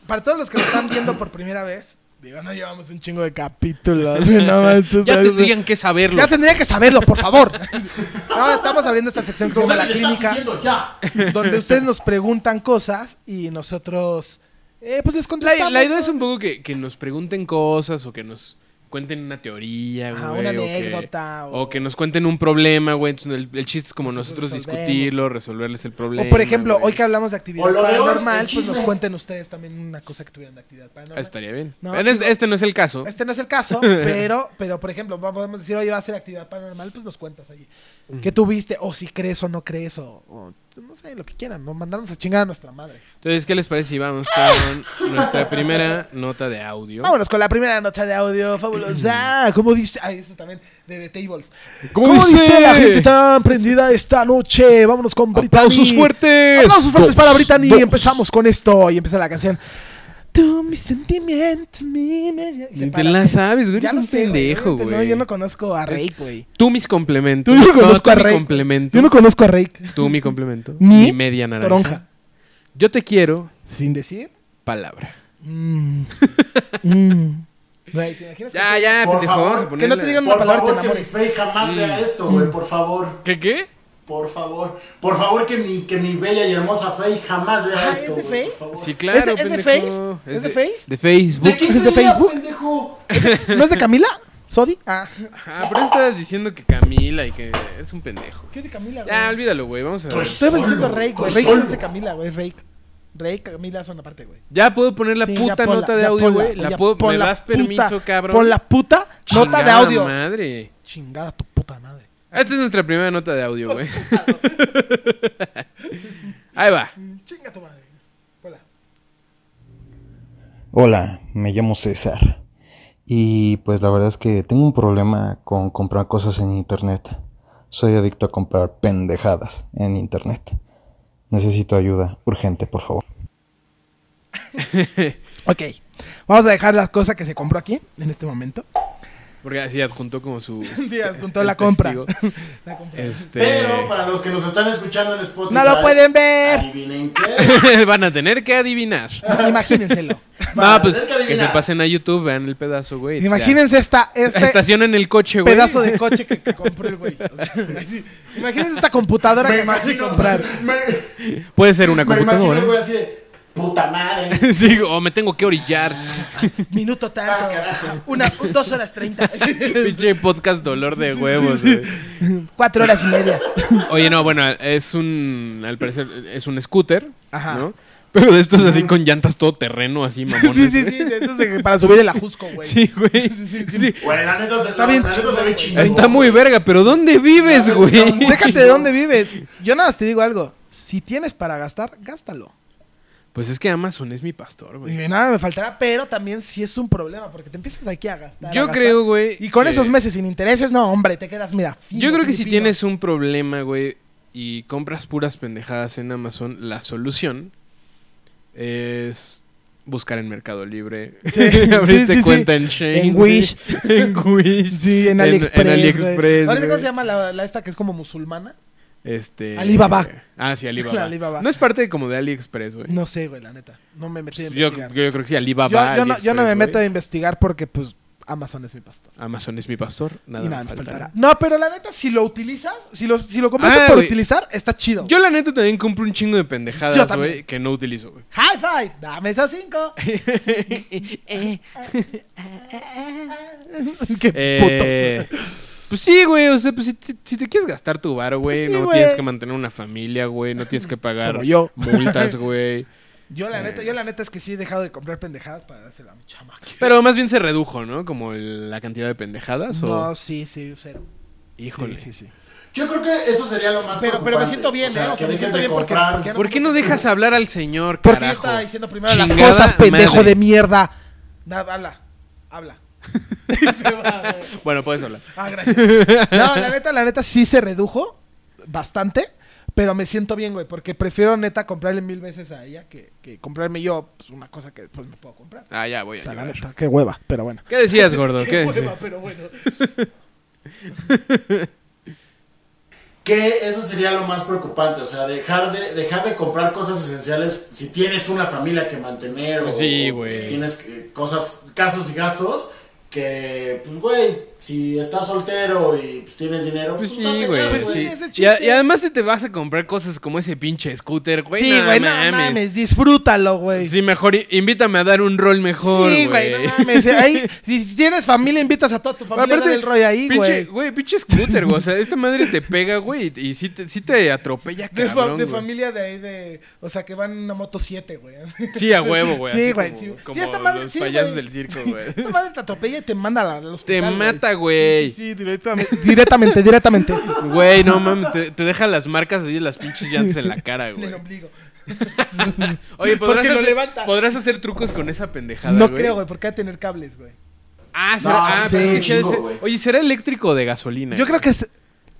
Para todos los que nos están viendo por primera vez, digo, no llevamos un chingo de capítulos. güey, nada más, tú
Ya
sabes.
tendrían que saberlo.
Ya tendría que saberlo, por favor. No, estamos abriendo esta sección que se llama La
Rosario le está
Clínica,
siguiendo ya.
donde ustedes nos preguntan cosas y nosotros, eh, pues les
La,
contestamos.
la idea es un poco que, que nos pregunten cosas o que nos cuenten una teoría,
Ajá,
güey.
una
o que-
anécdota,
O que,
o-
nos cuenten un problema, güey. Entonces el, el chiste es como
Nosotros
nosotros
resolvemos.
discutirlo, resolverles el problema.
O por ejemplo,
güey.
hoy que hablamos de
O
actividad
lo de hoy,
paranormal,
el
pues nos
chisme.
cuenten ustedes también una cosa que tuvieran de actividad
Ah,
paranormal.
estaría bien.
No,
Pero este,
digo-
este no es el caso.
Este no es el caso, pero, pero por ejemplo, vamos- podemos decir, oye, va a ser actividad paranormal, pues nos cuentas ahí. ¿Qué tuviste? O si crees o no crees, o, o no sé, lo que quieran. Nos mandarnos a chingar a nuestra madre.
Entonces, ¿qué les parece si vamos con nuestra primera nota de audio?
Vámonos con la primera nota de audio fabulosa. ¿Cómo dice? Ay, esto también, de The Tables.
¿Cómo
¿Cómo,
dice?
dice? la gente tan prendida esta noche? Vámonos con Brittany.
¡Aplausos fuertes!
¡Aplausos fuertes
Dos,
para Brittany!
dos.
Empezamos con esto y empieza la canción. Tú, mis sentimientos, mi... mi- y se
Ni te
para,
la
así.
sabes, güey.
Ya
Eres
lo
un
sé, güey,
pendejo,
obviamente No,
güey.
yo no conozco a Rake,
Es-
güey.
Tú mis complementos.
Yo no conozco a
tú mi
Rey.
complemento.
Yo no conozco a Rake.
Tú mi complemento.
Ni
Mi media naranja.
toronja.
Yo te quiero,
Sin decir.
palabra.
Mm. Mm. Güey, ¿te imaginas?
Ya, ya,
Por
pendejo.
favor,
Vamos a
que no te digan una
Por
palabra que te
favor, que mi
enamore.
fe jamás vea esto, güey. Por favor.
¿Qué, qué?
Por favor. Por favor, que mi, que mi bella y hermosa Faye jamás vea
Ah,
esto,
¿es de
güey.
Faye?
Por favor.
Sí, claro,
¿Es de- es de
pendejo.
Face? ¿Es de Face?
De Facebook.
¿De quién
¿Es de
te diría,
Facebook?
pendejo?
¿No es de Camila? ¿Sodi? Ah.
Ah, pero estabas diciendo que Camila y que es un pendejo.
¿Qué de Camila,
Ya, olvídalo, güey. Vamos a...
Pues-
Estoy pensando
Solo,
Rake, güey.
estoy
Rake no es
solo.
de Camila, güey. Es Rake. Rake, Camila son aparte, güey.
Ya puedo poner la
Sí, ya
puta
ponla,
nota de
ya
audio,
ponla,
güey. La
ya
puedo...
pon
¿Me
la
das
puta-
permiso, cabrón?
Pon la puta nota de
Chingada
audio.
madre.
Chingada tu puta madre.
Esta es nuestra primera nota de audio, güey. Ahí va.
Chinga tu madre. Hola.
Hola, me llamo César. Y pues la verdad es que tengo un problema con comprar cosas en internet. Soy adicto a comprar pendejadas en internet. Necesito ayuda urgente, por favor.
Ok. Vamos a dejar las cosas que se compró aquí, en este momento.
Porque así adjuntó como su...
Sí, adjuntó
el
la compra.
testigo.
La compra.
Este...
Pero para los que nos están escuchando en Spotify.
No lo pueden ver.
Adivinen qué.
Van a tener que adivinar.
Imagínenselo.
Van
No,
a
pues
tener que
que se
adivinar.
pasen a YouTube, vean el pedazo, güey.
Imagínense esta, este
Estación en el coche, güey.
pedazo de coche que, que compró el güey. O sea, sí. Imagínense esta computadora
Me
que acabo de
imagino.
comprar. ¿eh?
Me,
Puede ser una
me imagino
computadora.
el güey así de. Puta madre.
sí, o me tengo que orillar.
Minuto
Ah,
tanto. Unas dos horas treinta.
Pinche podcast dolor de huevos, güey.
Cuatro horas y media.
Oye, no, bueno, es un. Al parecer, es un scooter.
Ajá.
¿no? Pero de estos así con llantas todo terreno, así, mamón.
Sí, sí, sí. Entonces, para subir el ajusco, güey.
Sí, güey. Sí.
Güey, la neta se,
Está
Está
bien
bien la neta se ve chingón.
Está muy verga, pero ¿dónde vives,
Está
güey?
muy
Déjate de
chingón.
dónde vives. Yo nada más te digo algo. Si tienes para gastar, gástalo.
Pues es que Amazon es mi pastor, güey.
Y nada me faltará, pero también sí es un problema, porque te empiezas aquí a gastar. a
Yo
gastar.
creo, güey.
Y con
que-
esos meses sin intereses, no, hombre, te quedas, mira. fino,
Yo creo que si
filipino.
tienes un problema, güey, y compras puras pendejadas en Amazon, la solución es buscar en Mercado Libre,
Sí,
abrirte
sí, sí,
cuenta
sí.
en Shane,
En
güey,
Wish.
en Wish,
Sí, en AliExpress.
en
güey.
AliExpress,
Ahorita, ¿Cómo
güey.
se llama la, la esta que es como musulmana?
Este,
Alibaba.
Ah, sí, Alibaba.
Alibaba.
No es parte como de AliExpress, güey.
No sé, güey, la neta. No me metí a
yo, yo
investigar. Yo,
creo que sí, Alibaba.
yo no, yo no me
AliExpress,
meto a
güey.
investigar porque, pues, Amazon es mi pastor.
Amazon es mi pastor, nada,
y nada,
me
me
faltará.
faltará. No, pero la neta, si lo utilizas, si lo, si lo compraste
Ah,
por
güey.
utilizar, está chido.
Yo la neta también compro un chingo de
Yo
pendejadas,
también.
güey, que no utilizo, güey.
High five, dame esas cinco. Qué
Eh, Pues sí, güey, o sea, pues si te, si te quieres gastar tu bar, güey,
Pues sí,
no
güey.
tienes que mantener una familia, güey, no tienes que pagar
Como yo.
multas, güey.
Yo
eh.
la neta, yo la neta es que sí he dejado de comprar pendejadas para dársela a mi chamaca.
Pero más bien se redujo, ¿no? Como el- la cantidad de pendejadas o
No, sí, sí, cero.
Híjole.
Sí, sí, sí.
Yo creo que eso sería lo más
Pero- pero me siento bien,
preocupante. O sea,
¿eh? O sea,
que
me
dejes
siento
de
bien porque-
comprar.
porque-
¿Por qué no dejas hablar al señor,
Porque
carajo?
está diciendo primero las
Chingada
cosas, pendejo
madre.
de mierda. Nada, habla, habla. Se va, güey.
Bueno, puedes hablar.
Ah, gracias. No, la neta, la neta sí se redujo bastante, pero me siento bien, güey, porque prefiero neta comprarle mil veces a ella que, que comprarme yo pues, una cosa que después me puedo comprar.
Ah, ya voy a
O sea, la
llorar.
neta, qué hueva, pero bueno.
¿Qué decías, gordo? ¿Qué,
Qué
decías?
hueva, pero bueno.
Que eso sería lo más preocupante, o sea, dejar de, dejar de comprar cosas esenciales si tienes una familia que mantener o,
Sí,
o
güey.
si tienes eh, cosas, gastos y gastos, que pues güey, si estás soltero y pues, tienes dinero,
Pues
no
sí,
te
güey.
gastes,
sí.
ese
Y, a-
chiste.
y además se te vas a comprar cosas como ese pinche scooter, güey.
sí,
no
güey, no mames. disfrútalo, güey.
Sí, mejor i- invítame a dar un rol mejor.
sí, güey, no mames. Ahí, si si tienes familia, invitas a toda tu familia a dar el rollo ahí,
pinche,
güey.
güey, pinche scooter, güey. O sea, esta madre te pega, güey, y, y sí, te, sí te atropella,
De, fa-
cabrón,
de
güey.
familia de ahí de... O sea, que van en una moto 7, güey.
Sí, a huevo, güey.
Sí,
así
güey.
como-
sí.
Como
Sí, esta madre,
los
sí,
payasos
güey.
del circo, güey.
Esta madre te atropella y te manda al- al
Te
hospital,
mata, güey.
Sí, sí, sí, directamente. directamente, directamente.
Güey, no mames, te, te deja las marcas y las pinches llantas en la cara, güey.
En el ombligo.
Oye, ¿podrás,
Porque lo
hacer,
levanta.
podrás hacer trucos con esa pendejada,
no
güey?
creo, güey, porque va a tener cables, güey.
Ah,
No,
será, ah,
sí,
pero es que
sí,
debe
chingo,
ser-
güey.
Oye, ¿será eléctrico o de gasolina?
Yo
güey?
creo que es...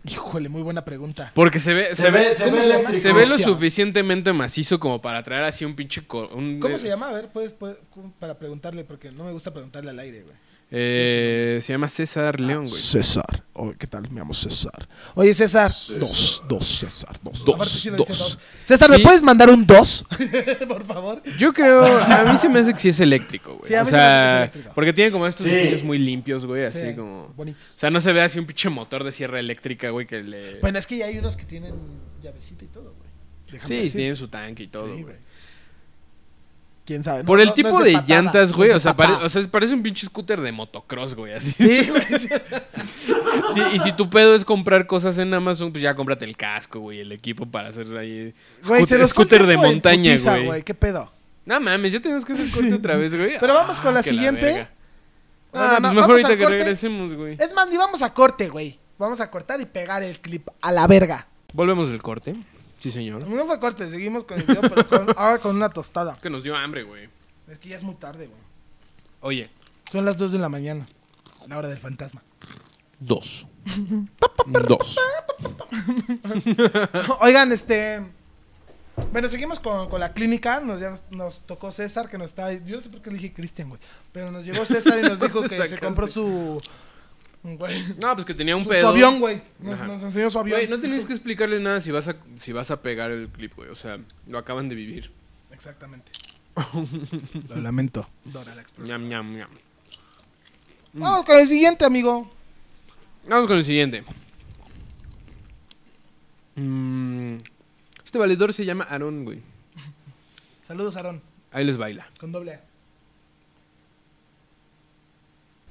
Híjole, muy buena pregunta.
Porque se ve,
Se ve- se ve eléctrico.
se ve lo
Hostia.
suficientemente macizo como para traer así un pinche... co- un-
¿Cómo se llama? A ver, puedes, puedes- ¿cómo? para preguntarle, porque no me gusta preguntarle al aire, güey.
Eh, se llama
Ah,
César León, güey.
César. Oh, ¿Qué tal? Me llamo César.
Oye, César.
Dos, dos, César. Dos,
Aparte sí
dos,
lo dice
dos.
dos. César, ¿me
Sí.
puedes mandar un 2? Por favor.
Yo creo, a mí se me hace que sí es eléctrico, güey.
Sí, a
o
mí se me hace que es
sea,
eléctrico.
porque tiene como estos
Sí.
diseños muy limpios, güey, así
Sí,
como... O
Bonito.
sea, no se ve así un pinche motor de sierra eléctrica, güey, que le...
Bueno, es que ya hay unos que tienen llavecita y todo, güey. Déjame
sí,
decir.
tienen su tanque y todo,
Sí,
güey.
¿Quién sabe? No,
Por
no-
el
no es
tipo de
patada,
llantas,
no
güey,
es de
o sea,
patada.
pare- o sea, parece un pinche scooter de motocross, güey, así.
Sí, güey. sí.
Sí, y si tu pedo es comprar cosas en Amazon, pues ya cómprate el casco, güey, el equipo para hacer ahí.
Güey, se
scooter,
nos fue el
scooter de
tiempo en
montaña,
putiza,
güey.
¿Qué pedo?
No mames, ya tenemos que hacer corte otra vez, güey. Ah,
Pero vamos con la
que
siguiente.
verga. ah,
Bueno, no,
pues
vamos
mejor ahorita
al
que
corte. Eh.
regresemos, güey.
Es más, ni vamos a corte, güey. Vamos a cortar y pegar el clip a la verga.
Volvemos del corte. Sí, señor.
No fue corte, seguimos con el video, pero con- ahora con una tostada.
Que nos dio hambre, güey.
Es que ya es muy tarde, güey.
Oye,
Son las 2 de la mañana. La hora del fantasma.
Dos. Dos.
Ah.
Oigan, este. Bueno, seguimos con, con la clínica. Nos, ya nos, nos tocó César, que nos está. Yo no sé por qué le dije Cristian, güey. Pero nos llegó César y nos dijo que se
Sacaste.
compró su. Güey.
no, pues que tenía un
Su,
pedo.
su avión, güey. Nos,
Ajá.
nos enseñó su avión.
Güey, no tenías que explicarle nada si vas a si vas a pegar el clip, güey. O sea, lo acaban de vivir.
Exactamente. Lo lamento. Dora la exploradora.
Ñam, ñam, ñam. Mm.
Vamos con el siguiente, amigo.
Vamos con el siguiente. Mm, Este valedor se llama Aarón, güey.
Saludos, Aarón.
Ahí les baila.
Con doble A.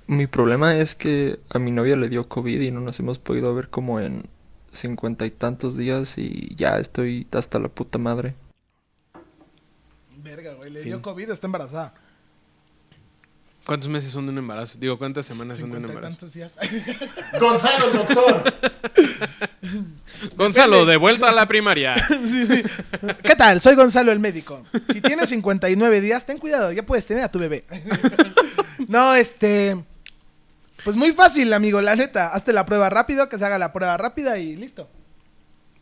Mi problema es que a mi novia le dio COVID y no nos hemos podido ver como en cincuenta y tantos días y ya estoy hasta la puta madre.
Verga, güey. Le
Fin.
dio COVID, está embarazada.
¿Cuántos meses son de un embarazo? Digo, ¿cuántas semanas son de un
Cincuenta y
embarazo?
tantos días.
Gonzalo, el doctor.
Gonzalo, de vuelta a la primaria.
¿Qué tal? Soy Gonzalo el médico. Si tienes 59 días, ten cuidado, ya puedes tener a tu bebé. No, este. Pues muy fácil, amigo, la neta. Hazte la prueba rápido, que se haga la prueba rápida y listo.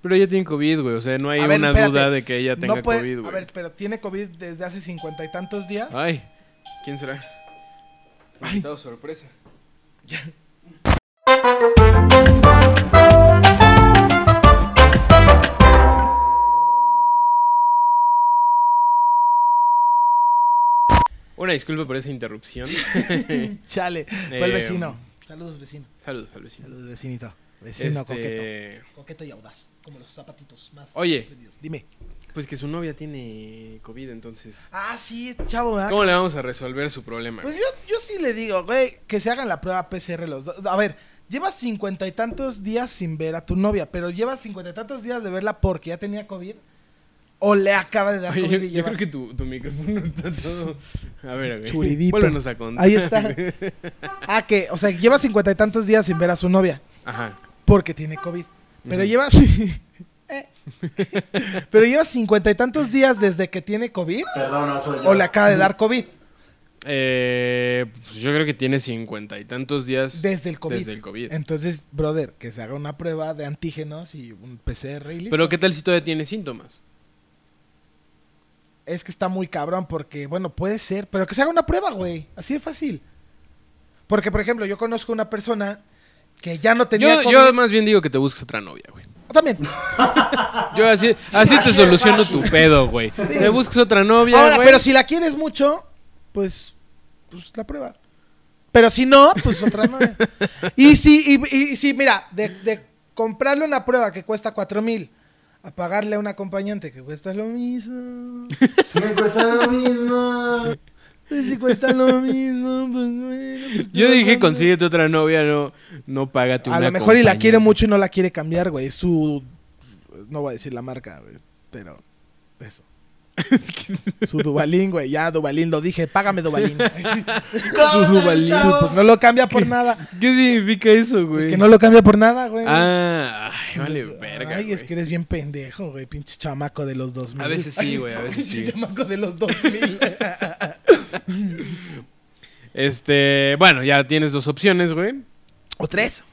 Pero ella tiene COVID, güey. O sea, no hay
A ver,
una
espérate.
duda de que ella
No
tenga
puede-
COVID, güey.
A ver, pero tiene COVID desde hace cincuenta y tantos días.
Ay, ¿quién será? Invitado sorpresa. Una disculpa por esa interrupción.
Chale, fue el
Eh,
vecino. Saludos, vecino.
Saludos, al vecino.
Saludos, vecinito. Vecino coqueto.
Este,
Coqueto y audaz, como los zapatitos más.
Oye.
prendidos. Dime.
pues que su novia tiene COVID, entonces.
Ah, sí, este chavo, ¿verdad?
¿Cómo le vamos a resolver su problema?
Pues
güey?
yo, yo sí le digo, güey, que se hagan la prueba PCR los dos. A ver, llevas cincuenta y tantos días sin ver a tu novia, pero llevas cincuenta y tantos días de verla porque ya tenía COVID. O le acaba de dar
Oye,
COVID
yo, yo
y llevas...
creo que tu, tu micrófono está todo. A ver, güey.
Churidito.
Vuélvenos a contar.
Ahí está. Ah, que, o sea, lleva cincuenta y tantos días sin ver a su novia.
Ajá.
porque tiene COVID. Pero
Ujú.
lleva... eh. Pero lleva cincuenta y tantos días desde que tiene COVID.
Perdón, no soy yo.
O le acaba de dar COVID.
Eh, pues yo creo que tiene cincuenta y tantos días.
Desde el COVID.
Desde el COVID.
Entonces, brother, que se haga una prueba de antígenos y un PCR y listo.
Pero ¿qué tal si todavía tiene síntomas?
Es que está muy cabrón porque, bueno, puede ser, pero que se haga una prueba, güey. Así de fácil. Porque, por ejemplo, yo conozco una persona que ya no tenía
Yo,
COVID.
yo más bien digo que te busques otra novia, güey.
También. Ah,
Yo así, así te
así de
soluciono
fácil.
tu pedo, güey.
Sí.
Te busques otra novia,
Ahora,
güey.
pero si la quieres mucho, pues, pues la prueba. Pero si no, pues otra no. y si, y, y si, mira, de, de comprarle una prueba que cuesta cuatro mil a pagarle a un acompañante que cuesta lo mismo.
Me cuesta lo mismo.
Pues si cuesta lo mismo, pues bueno. pues,
Yo
no,
dije,
no,
consíguete otra novia, no, no págate una
A lo mejor y la
compañía.
quiere mucho y no la quiere cambiar, güey. Es su. No voy a decir la marca, güey, pero. Eso. su Dubalín, güey. Ya, Dubalín, lo dije. Págame, Dubalín.
Su Dubalín.
Su- pues, no lo cambia por nada.
¿Qué significa eso, güey?
Pues que no lo cambia por nada, güey.
Ah, ay, vale,
Ay,
verga.
es que eres bien pendejo, güey. Pinche chamaco de los 2000.
A veces sí, güey, a veces sí.
Pinche chamaco de los 2000.
Este, bueno, ya tienes dos opciones, güey.
o tres.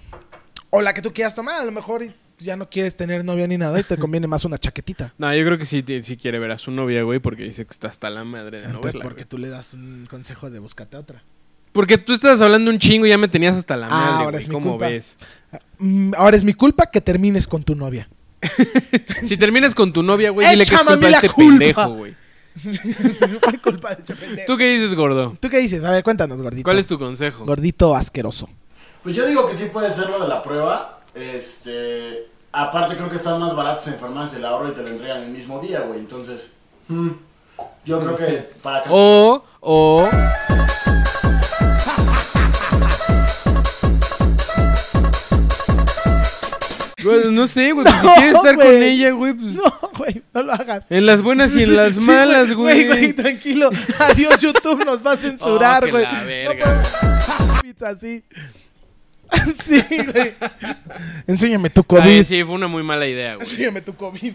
O la que tú quieras tomar. A lo mejor ya no quieres tener novia ni nada y te conviene más una chaquetita.
No, yo creo que sí, ti- sí quiere ver a su novia, güey, porque dice que está hasta la madre de no
Entonces,
verla.
¿por qué tú le das un consejo de búscate otra?
Porque tú estabas hablando un chingo y ya me tenías hasta la
Ah,
madre,
ahora
güey,
es mi
¿Cómo
culpa.
ves?
Mm, ahora es mi culpa que termines con tu novia.
Si terminas con tu novia, güey, dile que es
Échame a mí
culpa de
la
este
culpa.
pendejo, güey.
Fue culpa de ese pendejo.
¿Tú qué dices, gordo?
¿Tú qué dices? A ver, cuéntanos, gordito.
¿Cuál es tu consejo?
Gordito asqueroso.
Pues yo digo que sí puede ser lo de la prueba. Este. Aparte, creo que están más baratas en farmacias el ahorro y te lo entregan el mismo día, güey. Entonces, mm, yo creo que para
Oh.
acá.
O, o... Güey, no sé, güey, pues, si quieres estar con ella, güey, pues...
No, güey, no lo hagas.
En las buenas y en las
Sí,
malas, güey.
Güey, güey, tranquilo. Adiós, YouTube nos va a censurar,
Oh, que
güey.
la
No
verga.
podemos- pizza así. sí, güey. Enséñame tu
Ay,
COVID.
Ah, sí, fue una muy mala idea, güey.
Enséñame tu COVID.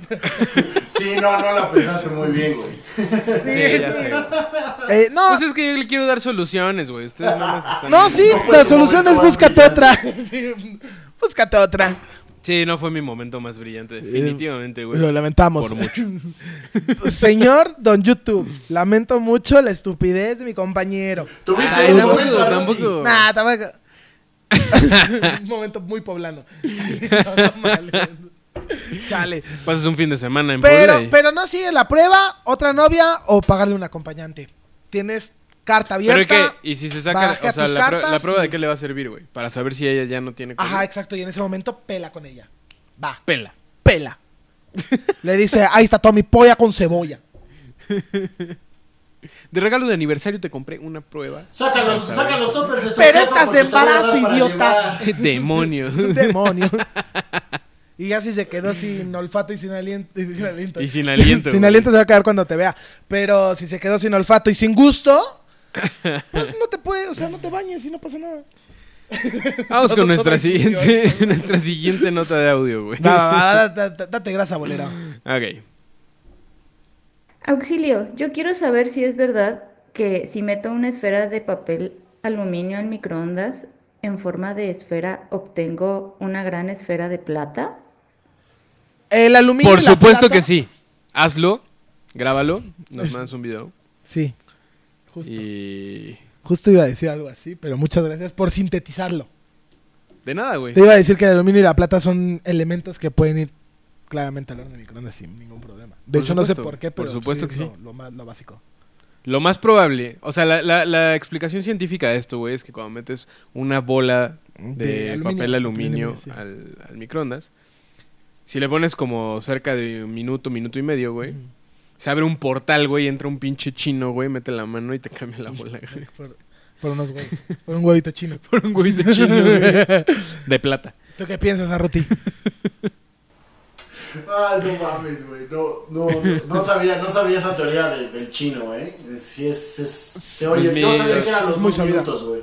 Sí, no, no la pensaste muy bien, güey.
Sí, ya sé, güey.
Eh, no,
Pues es que yo le quiero dar soluciones, güey. Ustedes nada más están-
no, sí,
No fue
la
tu
solución es
momento más
búscate otra. Sí, búscate otra.
Sí, no fue mi momento más brillante, definitivamente, güey.
Eh, Lo lamentamos.
Por mucho.
Señor Don YouTube, lamento mucho la estupidez de mi compañero.
Tuviste
Ay,
un
tampoco,
momento, Armando, y-
tampoco.
Nah, tampoco. Un momento muy poblano. No, no, mal. Chale.
Pasas un fin de semana en Puebla
Pero,
y-
pero no sigue la prueba, otra novia o pagarle un acompañante. Tienes carta
Pero
abierta.
que, y si se saca,
baraja
o sea,
tus
la, prueba-
cartas
la prueba
y-
de qué le va a servir, güey. Para saber si ella ya no tiene COVID.
Ajá, exacto. Y en ese momento pela con ella. Va,
Pela.
pela. Le dice, ahí está toda mi polla con cebolla.
De regalo de aniversario te compré una prueba.
Saca los, saca los toppers de tu
Pero
casa
estás
porque
de
te voy a dar
embarazo,
para
idiota.
llevar.
Demonio.
Demonio. Y ya si se quedó sin olfato y sin aliento. Y sin aliento,
Y sin aliento,
Sin
güey.
aliento se va a quedar cuando te vea. Pero si se quedó sin olfato y sin gusto, pues no te puede, o sea, no te bañes y no pasa nada.
Vamos
Todo-
con nuestra
todo sucio.
siguiente, nuestra siguiente nota de audio, güey.
Va, va, va, da- da- da- date grasa, bolero.
Ok.
Auxilio, yo quiero saber si es verdad que si meto una esfera de papel aluminio en microondas en forma de esfera obtengo una gran esfera de plata.
El aluminio.
Por
y la
supuesto
plata-
que sí. Hazlo, grábalo, nos mandas un video.
Sí, Justo.
Y.
justo iba a decir algo así, pero muchas gracias por sintetizarlo.
De nada, güey.
Te iba a decir que el aluminio y la plata son elementos que pueden ir claramente al horno de microondas sin ningún problema. De
Por
hecho, no sé
supuesto,
por qué,
por
pero
supuesto
sí
que
es
sí.
Lo, lo más- lo básico.
Lo más probable, o sea, la, la- la explicación científica de esto, güey, es que cuando metes una bola de,
De aluminio,
papel aluminio,
aluminio, sí.
al, al microondas, si le pones como cerca de un minuto, minuto y medio, güey, se abre un portal, güey, entra un pinche chino, güey, mete la mano y te cambia la bola, güey.
Por, por unos huevos. Por un huevito chino.
Por un huevito chino, güey. De plata.
¿Tú qué piensas, Arruti?
Ah, no mames, güey. No, no, no, no sabía, no sabía esa teoría de- del chino, güey. Sí eh. es, es- se oye,
Pues
yo
mi-
sabía
es-
que eran
es
los
muy
dos
sabida.
minutos, güey.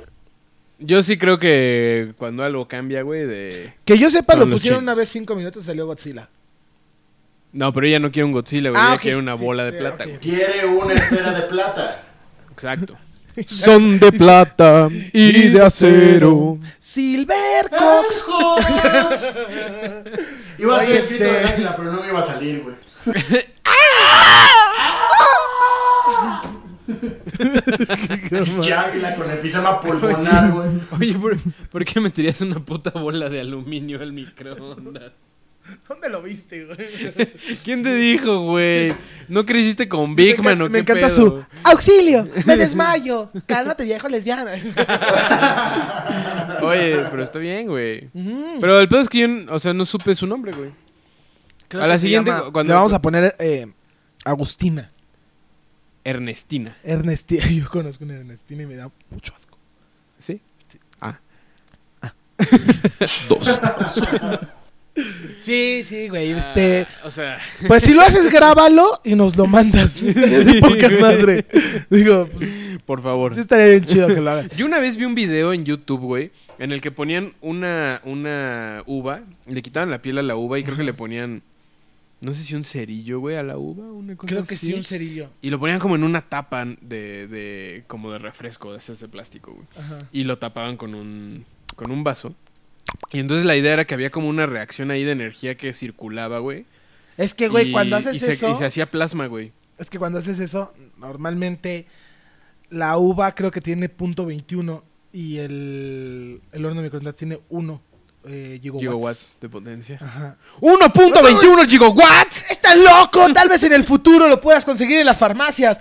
Yo sí creo que cuando algo cambia, güey, de...
Que yo sepa,
Son
lo
los
pusieron
chi-
una vez cinco minutos y salió Godzilla.
No, pero ella no quiere un Godzilla, güey.
Ah,
ella
ok,
quiere una
sí,
bola
sí,
de plata, güey.
Quiere una esfera de plata.
Exacto. Son de plata y de acero.
Silver Cox.
Iba a ser
Oye,
escrito
este-
de águila, pero no me iba a salir, güey. Pinche águila con enfisema pulmonar, güey.
Oye, ¿por, por qué meterías una puta bola de aluminio al microondas?
¿Dónde lo viste, güey?
¿Quién te dijo, güey? ¿No creciste con Big Man o
Me
qué
encanta
pedo?
su auxilio, me desmayo, cálmate viejo lesbiana.
Oye, pero está bien, güey.
Ujú.
Pero el pedo es que yo, n- o sea, no supe su nombre, güey.
Creo
a
que
la
se
siguiente,
llama-
cu- cuando...
Le vamos a poner eh, Agustina.
Ernestina.
Ernestina. Yo conozco una Ernestina y me da mucho asco.
¿Sí? Ah.
Dos.
Sí, sí, güey.
Ah.
Este.
o sea.
Pues si lo haces, grábalo y nos lo mandas. De poca madre. Digo, pues,
Por favor.
sí estaría bien chido que lo hagas.
Yo una vez vi un video en YouTube, güey, en el que ponían una, una uva, le quitaban la piel a la uva y creo que le ponían, no sé si un cerillo, güey, a la uva, una cosa
Creo que sí,
así.
un cerillo.
Y lo ponían como en una tapa de, de como de refresco, de ese plástico, güey.
Ajá.
Y lo tapaban con un, con un vaso. Y entonces la idea era que había como una reacción ahí de energía que circulaba, güey.
Es que, güey,
Y-
cuando haces
y se-
eso-
Y se hacía plasma, güey.
Es que cuando haces eso, normalmente la uva creo que tiene punto 21 y el, el horno de microondas tiene 1 eh, gigawatts.
Gigawatts de potencia.
Ajá.
1.21 gigawatts.
¡Estás loco! Tal vez en el futuro lo puedas conseguir en las farmacias.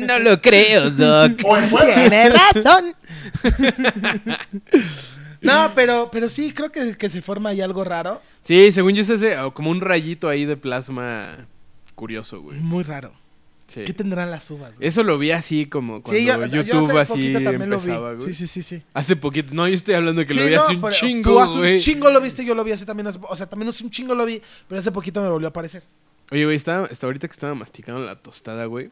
No lo creo, Doc.
O en Puebla.
Tienes razón. no, pero, pero sí, creo que, que se forma ahí algo raro.
Sí, según yo es ese, o como un rayito ahí de plasma curioso, güey.
Muy raro.
Sí.
¿Qué tendrán las uvas? güey?
Eso lo vi así como cuando
Sí, yo- yo
YouTube
hace
así
poquito también lo vi.
empezaba, güey.
Sí, sí, sí, sí.
Hace poquito. No, yo estoy hablando de que lo
Sí,
vi
no,
hace un
pero
chingo,
tú hace
güey.
un chingo lo viste, yo lo vi hace también. hace- o sea, también hace un chingo lo vi, pero hace poquito me volvió a aparecer.
Oye, güey, estaba, hasta ahorita que estaba masticando la tostada, güey.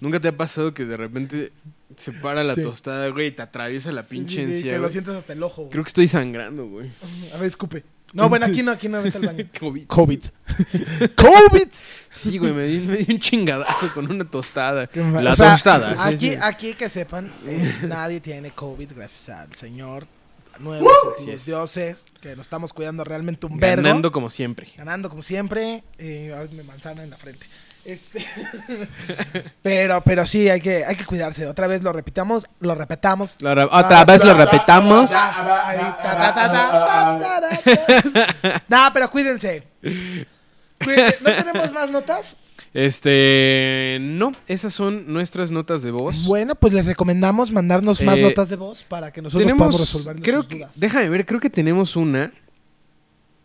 ¿Nunca te ha pasado que de repente se para la
Sí.
tostada, güey, y te atraviesa la
Sí,
pinche
sí, sí,
encía,
que lo
güey?
sientes hasta el ojo. güey.
Creo que estoy sangrando, güey.
A ver, escupe. No, bueno, aquí no, aquí no, vete al baño.
COVID.
COVID. ¡COVID!
Sí, güey, me di, me di un chingadazo con una tostada.
Ma-
La
o sea,
tostada. sí,
Aquí,
sí.
aquí que sepan, eh, nadie tiene COVID, gracias al Señor. Nuevos antiguos
Así es.
dioses, que nos estamos cuidando realmente un vergo.
Ganando como siempre.
Ganando como siempre. Eh, ay, me manzana en la frente. Este. pero, pero sí, hay que, hay que cuidarse. Otra vez lo repitamos, lo repetamos.
Lo re- otra vez Pues lo repetamos.
Ahí, ta, ta, ta, ta, ta, ta, ta. No, pero cuídense. Cuídense. ¿No tenemos más notas?
Este, no, esas son nuestras notas de voz.
Bueno, pues les recomendamos mandarnos más
Eh,
notas de voz para que nosotros
Tenemos-
podamos resolver
creo
nuestras
que,
dudas.
déjame ver, creo que tenemos una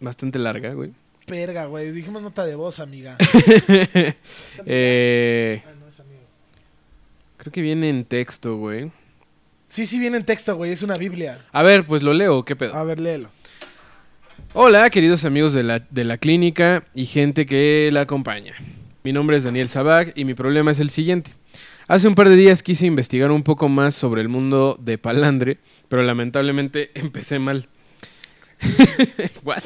bastante larga, güey.
Perga, güey. Dijimos nota de voz, amiga.
Eh, creo que viene en texto, güey.
Sí, sí, viene en texto, güey. Es una Biblia.
A ver, pues lo leo, qué pedo.
A ver, léelo.
Hola, queridos amigos de la, de la clínica y gente que la acompaña. Mi nombre es Daniel Sabag y mi problema es el siguiente. Hace un par de días quise investigar un poco más sobre el mundo de Palandre, pero lamentablemente empecé mal. What?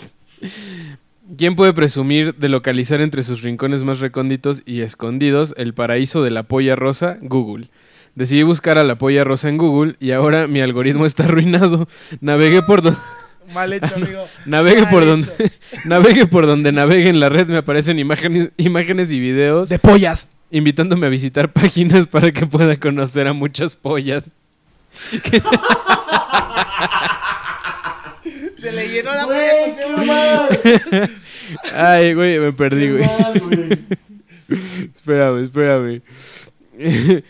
¿Quién puede presumir de localizar entre sus rincones más recónditos y escondidos el paraíso de la polla rosa? Google. Decidí buscar a la polla rosa en Google y ahora mi algoritmo está arruinado. Navegué por donde...
Mal hecho, amigo.
Navegue
Mal
por
Ah, hecho.
donde navegue por donde navegue en la red me aparecen imágenes, imágenes y videos
De pollas.
invitándome a visitar páginas para que pueda conocer a muchas pollas.
Se le llenó la
Güey,
polla con
qué
su mamá.
mal.
Ay, güey, me perdí, güey.
mal, güey.
espérame, espérame.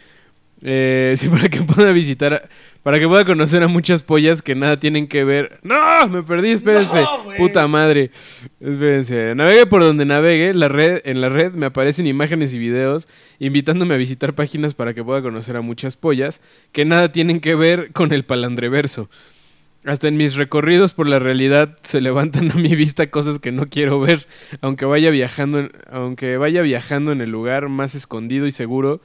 Eh, sí, para que pueda visitar, a- para que pueda conocer a muchas pollas que nada tienen que ver. No, me perdí, espérense.
No, güey.
Puta madre. Espérense. Navegue por donde navegue, la red, en la red me aparecen imágenes y videos invitándome a visitar páginas para que pueda conocer a muchas pollas que nada tienen que ver con el palandreverso. Hasta en mis recorridos por la realidad se levantan a mi vista cosas que no quiero ver, aunque vaya viajando, en- aunque vaya viajando en el lugar más escondido y seguro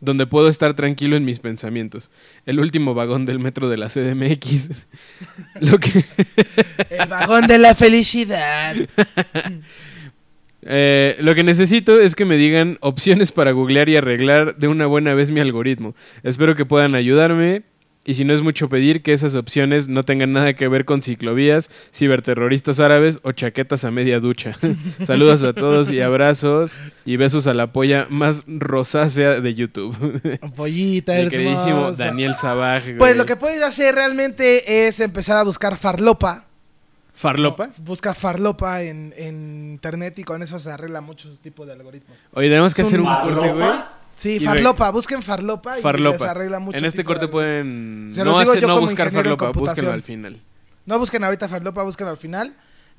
donde puedo estar tranquilo en mis pensamientos. El último vagón del metro de la CDMX. Lo que...
El vagón de la felicidad.
Eh, lo que necesito es que me digan opciones para googlear y arreglar de una buena vez mi algoritmo. Espero que puedan ayudarme. Y si no es mucho pedir que esas opciones no tengan nada que ver con ciclovías, ciberterroristas árabes o chaquetas a media ducha. Saludos a todos y abrazos y besos a la polla más rosácea de YouTube.
Pollita,
Mi queridísimo
hermosa.
Daniel Sabaj.
Pues lo que puedes hacer realmente es empezar a buscar farlopa.
¿Farlopa?
Busca farlopa en, en internet y con eso se arregla muchos tipos de algoritmos.
Oye, tenemos que
Es
hacer un corte, güey.
Sí,
Y re-
farlopa. Busquen farlopa y les
Farlopa.
arregla mucho.
En este
tipo de-
corte pueden
Se los
no,
digo
hacer,
yo
no
como
buscar
ingeniero en
farlopa, búsquenlo
computación.
al final.
No busquen ahorita farlopa, busquen al final.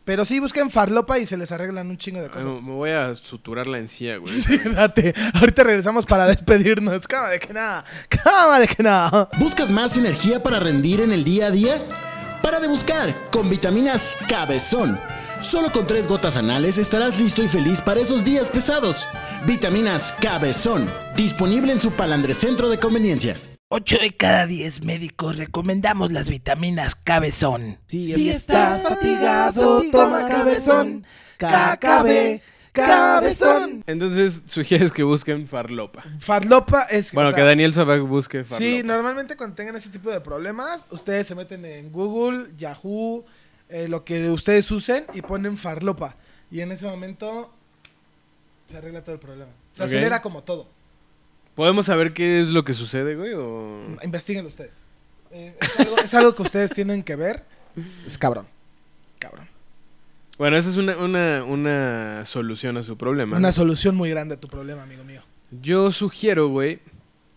Pero sí, busquen farlopa y se les arreglan un chingo de
Ay,
cosas.
Eh, me me voy a suturar la encía, güey.
Date, ahorita regresamos para despedirnos. Cama de que nada, cama de que nada.
¿Buscas más energía para rendir en el día a día? Para de buscar con vitaminas Cabezón. Solo con tres gotas anales estarás listo y feliz para esos días pesados. Vitaminas Cabezón. Disponible en su palandre centro de conveniencia.
8 de cada 10 médicos recomendamos las vitaminas Cabezón.
Si estás fatigado, toma cabezón. KKB, cabezón.
Entonces, sugieres que busquen farlopa.
Farlopa es
Bueno,
o sea,
que Daniel Sabag busque farlopa.
Sí, normalmente cuando tengan ese tipo de problemas, ustedes se meten en Google, Yahoo, eh, lo que ustedes usen y ponen farlopa. Y en ese momento se arregla todo el problema. Se
Ok.
acelera como todo.
¿Podemos saber qué es lo que sucede, güey? O...
Investíguenlo ustedes. Eh, es, algo, es algo que ustedes tienen que ver. Es cabrón.
Bueno, esa es una, una, una solución a su problema.
Una
¿no?
solución muy grande a tu problema, amigo mío.
Yo sugiero, güey,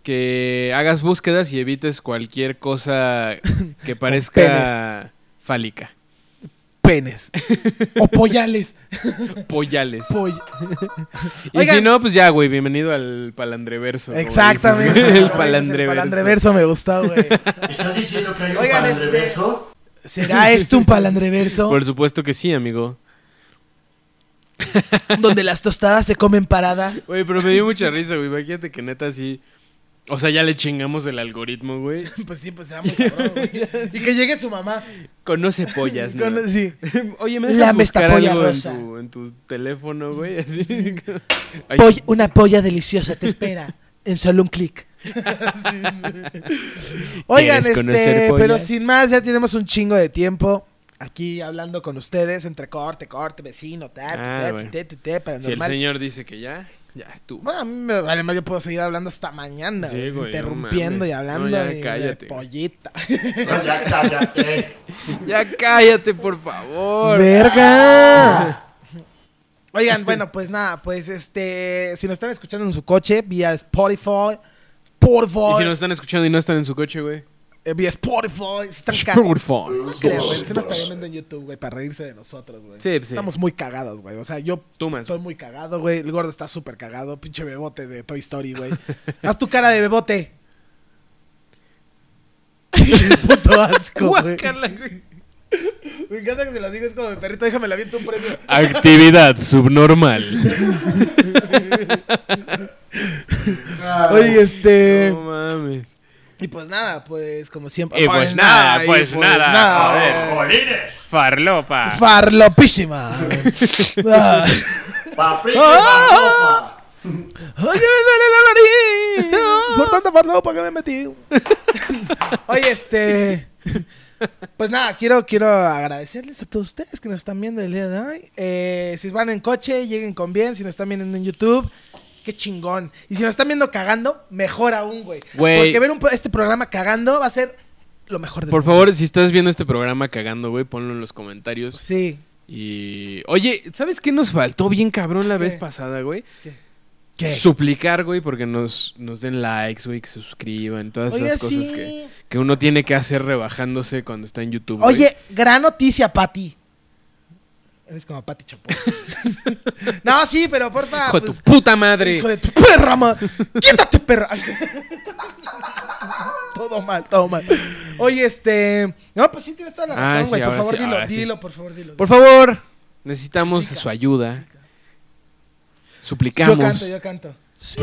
que hagas búsquedas y evites cualquier cosa que parezca fálica.
Penes. o pollales.
Pollales.
Poll-
Y
Oigan.
si no, pues ya, güey, bienvenido al palandreverso. como dices, güey,
Exactamente. Como
el
dices,
palandreverso.
palandreverso me gustó, güey.
¿Estás diciendo que hay un
Oigan, este-
palandreverso?
¿Será esto un palandreverso?
Por supuesto que sí, amigo.
donde las tostadas se comen paradas.
Güey, pero me dio mucha risa, güey. Imagínate que neta sí. O sea, ya le chingamos el algoritmo, güey.
Pues sí, pues era muy cabrón, güey. Y que llegue su mamá.
Conoce pollas, ¿no?
Cono- sí.
Oye, me dejas
Lame esta
buscar
polla
algo en
rosa.
tu, en tu teléfono, güey. Así. Ay.
Poll- una polla deliciosa te espera en solo un clic. Oigan,
¿Quieres conocer
este, pero
pollas?
sin más, ya tenemos un chingo de tiempo aquí hablando con ustedes entre corte, corte, vecino, ta,
Ah,
ta,
bueno.
ta, ta, ta,
Si el
paranormal.
señor dice que ya, ya estuvo.
Bueno, a mí me vale más, yo puedo seguir hablando hasta mañana,
Sí,
güey,
güey, no
interrumpiendo
mames.
y hablando
No, ya
de- de
cállate.
pollita.
Ah, ya cállate.
ya cállate, por favor.
¡Verga! Oigan, bueno, pues nada, pues este, si nos están escuchando en su coche, vía Spotify,
Y
Spotify,
si nos están escuchando y no están en su coche, güey.
eh, vía Spotify, están
Spotify.
No creo, güey, se nos está viendo en YouTube, güey, para reírse de nosotros, güey.
Sí, sí.
Estamos muy cagados, güey, o sea, yo estoy muy cagado, güey, el gordo está súper cagado, pinche bebote de Toy Story, güey. Haz tu cara de bebote. Puto asco, güey.
Guácala, güey.
Me encanta que se lo digas como mi perrito, déjame la aviento un premio.
Actividad subnormal.
Oye, este.
No mames.
Y pues nada, pues como siempre.
Y pues nada,
y
pues nada, joder.
Ah, ¡Jolines!
Farlopa.
Farlopísima. Ah.
Paprika
¡Ah! ¡Ay, que me duele la nariz! Por tanta farlopa que me metí. Ah. Oye, este. Pues nada, quiero, quiero agradecerles a todos ustedes que nos están viendo el día de hoy. Eh, si van en coche, lleguen con bien. Si nos están viendo en YouTube, qué chingón. Y si nos están viendo cagando, mejor aún, güey.
Güey.
Porque ver un pro- este programa cagando va a ser lo mejor del
Por favor, si estás viendo este programa cagando, güey, ponlo en los comentarios.
Sí.
Y. Oye, ¿sabes qué nos faltó bien cabrón la vez
¿Qué? Eh.
pasada, güey?
¿Qué? ¿Qué?
Suplicar, güey, porque nos, nos den likes, güey, que se suscriban, todas
Oye,
esas cosas
sí.
que, que uno tiene que hacer rebajándose cuando está en YouTube. güey.
Oye, gran noticia, Pati. Eres como Pati Chapoy. no, sí, pero porfa.
Hijo de
pues,
tu puta madre.
Hijo de tu perra, ma. Quítate, perra. todo mal, todo mal. Oye, este. No, pues sí tienes toda la
Ah,
razón,
sí,
güey. por
ahora
favor,
sí,
dilo,
ahora sí.
dilo, por favor, dilo.
Por favor, necesitamos su ayuda.
Yo
Suplicamos.
canto, yo canto.
Sí,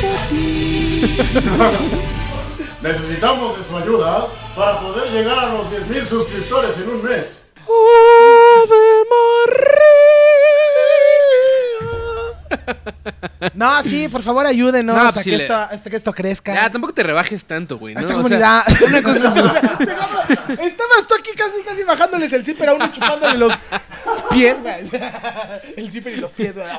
papi. Necesitamos de su ayuda para poder llegar a los 10.000 suscriptores en un mes.
No, sí, por favor ayúdenos
No,
a,
pues sí
que
le-
esto, hasta que esto crezca.
Ya, tampoco te rebajes tanto, güey. ¿no?
Esta
O sea,
comunidad. Estabas tú aquí casi, casi bajándoles el zipper a uno y chupándole los pies, güey. El zipper y los pies, güey.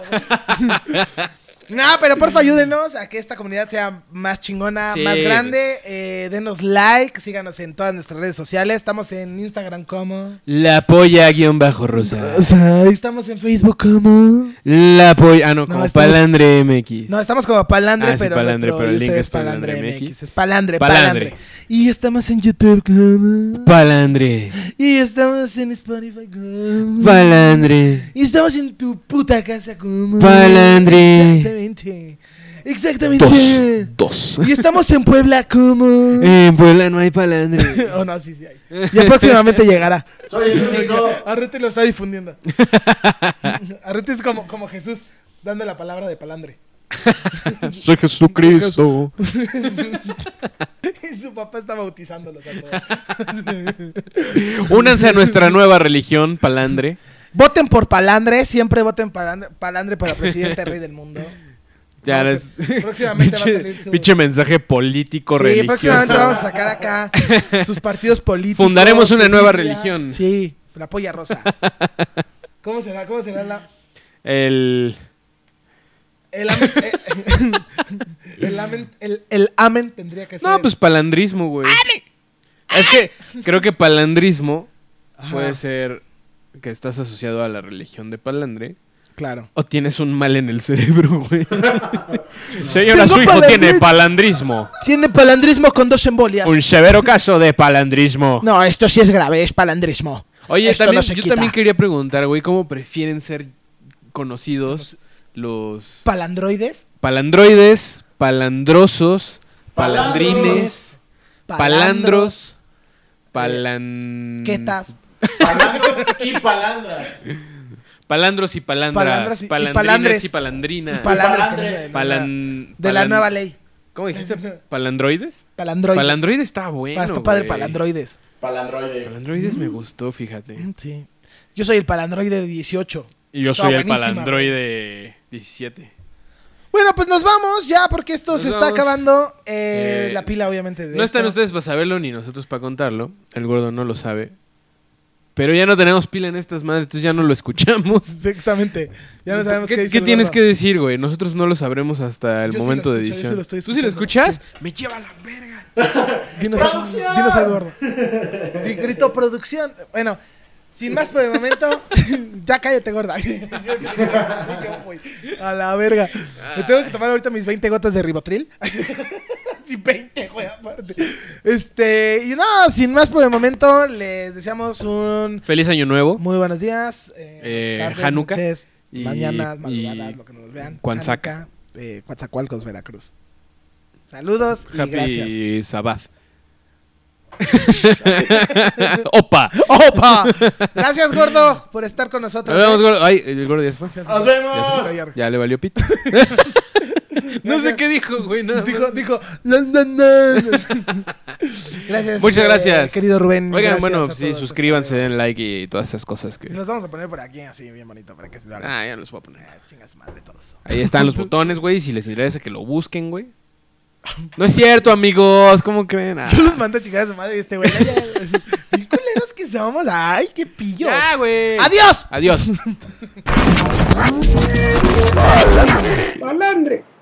No, pero porfa, ayúdenos a que esta comunidad sea más chingona,
Sí,
más grande. Eh, denos like, síganos en todas nuestras redes sociales. Estamos en Instagram como.
La polla guión bajo rosa.
O sea, estamos en Facebook como.
La polla. Ah, no, como
estamos-
Palandre MX.
No, estamos como Palandre,
Ah, sí,
pero
Palandre,
nuestro
pero el link
user
es
es Palandre
Palandre
MX. Es Palandre,
Palandre.
Palandre. Y estamos en YouTube como.
Palandre.
Y estamos en Spotify como.
Palandre.
Y estamos en tu puta casa como.
Palandre.
Exactamente. Exactamente.
Dos.
Y estamos en Puebla como.
En Puebla no hay palandre.
Oh, no, sí, sí hay. Ya próximamente llegará.
Soy el único.
Arrete lo está difundiendo. Arrete es como, como Jesús, dando la palabra de palandre.
Soy Jesucristo.
y su papá está bautizándolos a todos.
Únanse a nuestra nueva religión, Palandre.
Voten por palandre, siempre voten palandre, palandre para presidente rey del mundo.
Ya
No
eres-
sé, próximamente va a
pinche,
salir su-
pinche mensaje político
Sí,
religioso.
próximamente vamos a sacar acá sus partidos políticos.
Fundaremos una
su
nueva
Biblia.
religión.
Sí, la polla rosa. ¿Cómo será? ¿Cómo será la,
El
el, amen, eh, el, amen- el- el amen tendría que ser?
No, pues palandrismo, güey. Es que creo que palandrismo
Ajá.
puede ser que estás asociado a la religión de Palandre.
Claro.
O tienes un mal en el cerebro, güey. Señora,
Tengo
su hijo tiene
palandrismo.
palandrismo.
Tiene palandrismo con dos embolias.
Un severo caso de palandrismo.
No, esto sí es grave, es palandrismo.
Oye,
Esto
también,
no se
yo
quita.
también quería preguntar, güey, ¿cómo prefieren ser conocidos los
¿Palandroides?
palandroides, palandrosos, palandrines, palandros, palan...
Quetas.
Palandros y palandras.
Palandros y palandras,
Palandras y- y
palandrines
palandres.
y palandrinas.
Y palandres, que no sé de
Palan-
De la
palan-
nueva ley.
¿Cómo dijiste? ¿Palandroides?
Palandroides.
Palandroides está bueno,
Ah, está padre
güey.
palandroides.
Palandroide.
Palandroides me gustó, fíjate.
Sí. Yo soy el palandroide de 18.
Y yo
Está
soy el
buenísima,
palandroide 17.
Bueno, pues nos vamos ya porque esto
Nos
se está
vamos.
acabando. eh,
Eh,
la pila, obviamente. de
No están
esto.
ustedes para saberlo ni nosotros para contarlo. El gordo no lo sabe. Pero ya no tenemos pila en estas madres, entonces ya no lo escuchamos.
Exactamente. Ya no sabemos qué,
¿Qué,
dice
qué
el
tienes
gordo.
que decir, güey? Nosotros no lo sabremos hasta el
Yo sí lo
momento de
escucho, yo sí
edición.
lo estoy
¿Tú sí lo
escuchando,
escuchas?
Me lleva la verga. dinos, al, dinos al gordo. Di- Grito producción. Bueno, sin más por el momento, ya cállate, gorda. Soy yo, güey. A la verga. Me tengo que tomar ahorita mis 20 gotas de ribotril. sí, 20, güey, aparte. Este, y no, sin más por el momento, les deseamos un
Feliz año nuevo.
muy buenos días.
Eh,
tardes,
Hanukkah.
noches,
y-
mañanas, madrugadas,
y
lo que nos vean.
Cuanzaca.
Hanukkah, eh, Coatzacoalcos, Veracruz. Saludos y gracias.
Happy Sabbath. Opa.
¡Opa! Gracias, gordo, por estar con nosotros.
Nos vemos,
¿eh?
gordo. Ay, el gordo ya se fue.
¡Nos
Ya, se
vemos!
fue. Ya le valió pito. no sé qué dijo, güey. nada más.
Dijo, dijo, "No, no, no". Gracias.
Muchas
eh,
gracias.
querido Rubén.
Oigan,
Gracias
bueno,
a
sí,
todos.
suscríbanse, den like y todas esas cosas que.
Los vamos a poner por aquí, así, bien bonito, para que se lo hagan.
Ah, ya los voy a poner.
Ah, chinga su madre todos.
Ahí están los botones, güey. y Si les interesa que lo busquen, güey. No es cierto, amigos. ¿Cómo creen? Ah.
Yo los mando a chingar a su madre y este güey. "Ay, ay, ay". Bien culeros que somos. Ay, qué pillo.
Ya, güey.
Adiós.
Adiós.
Palandre.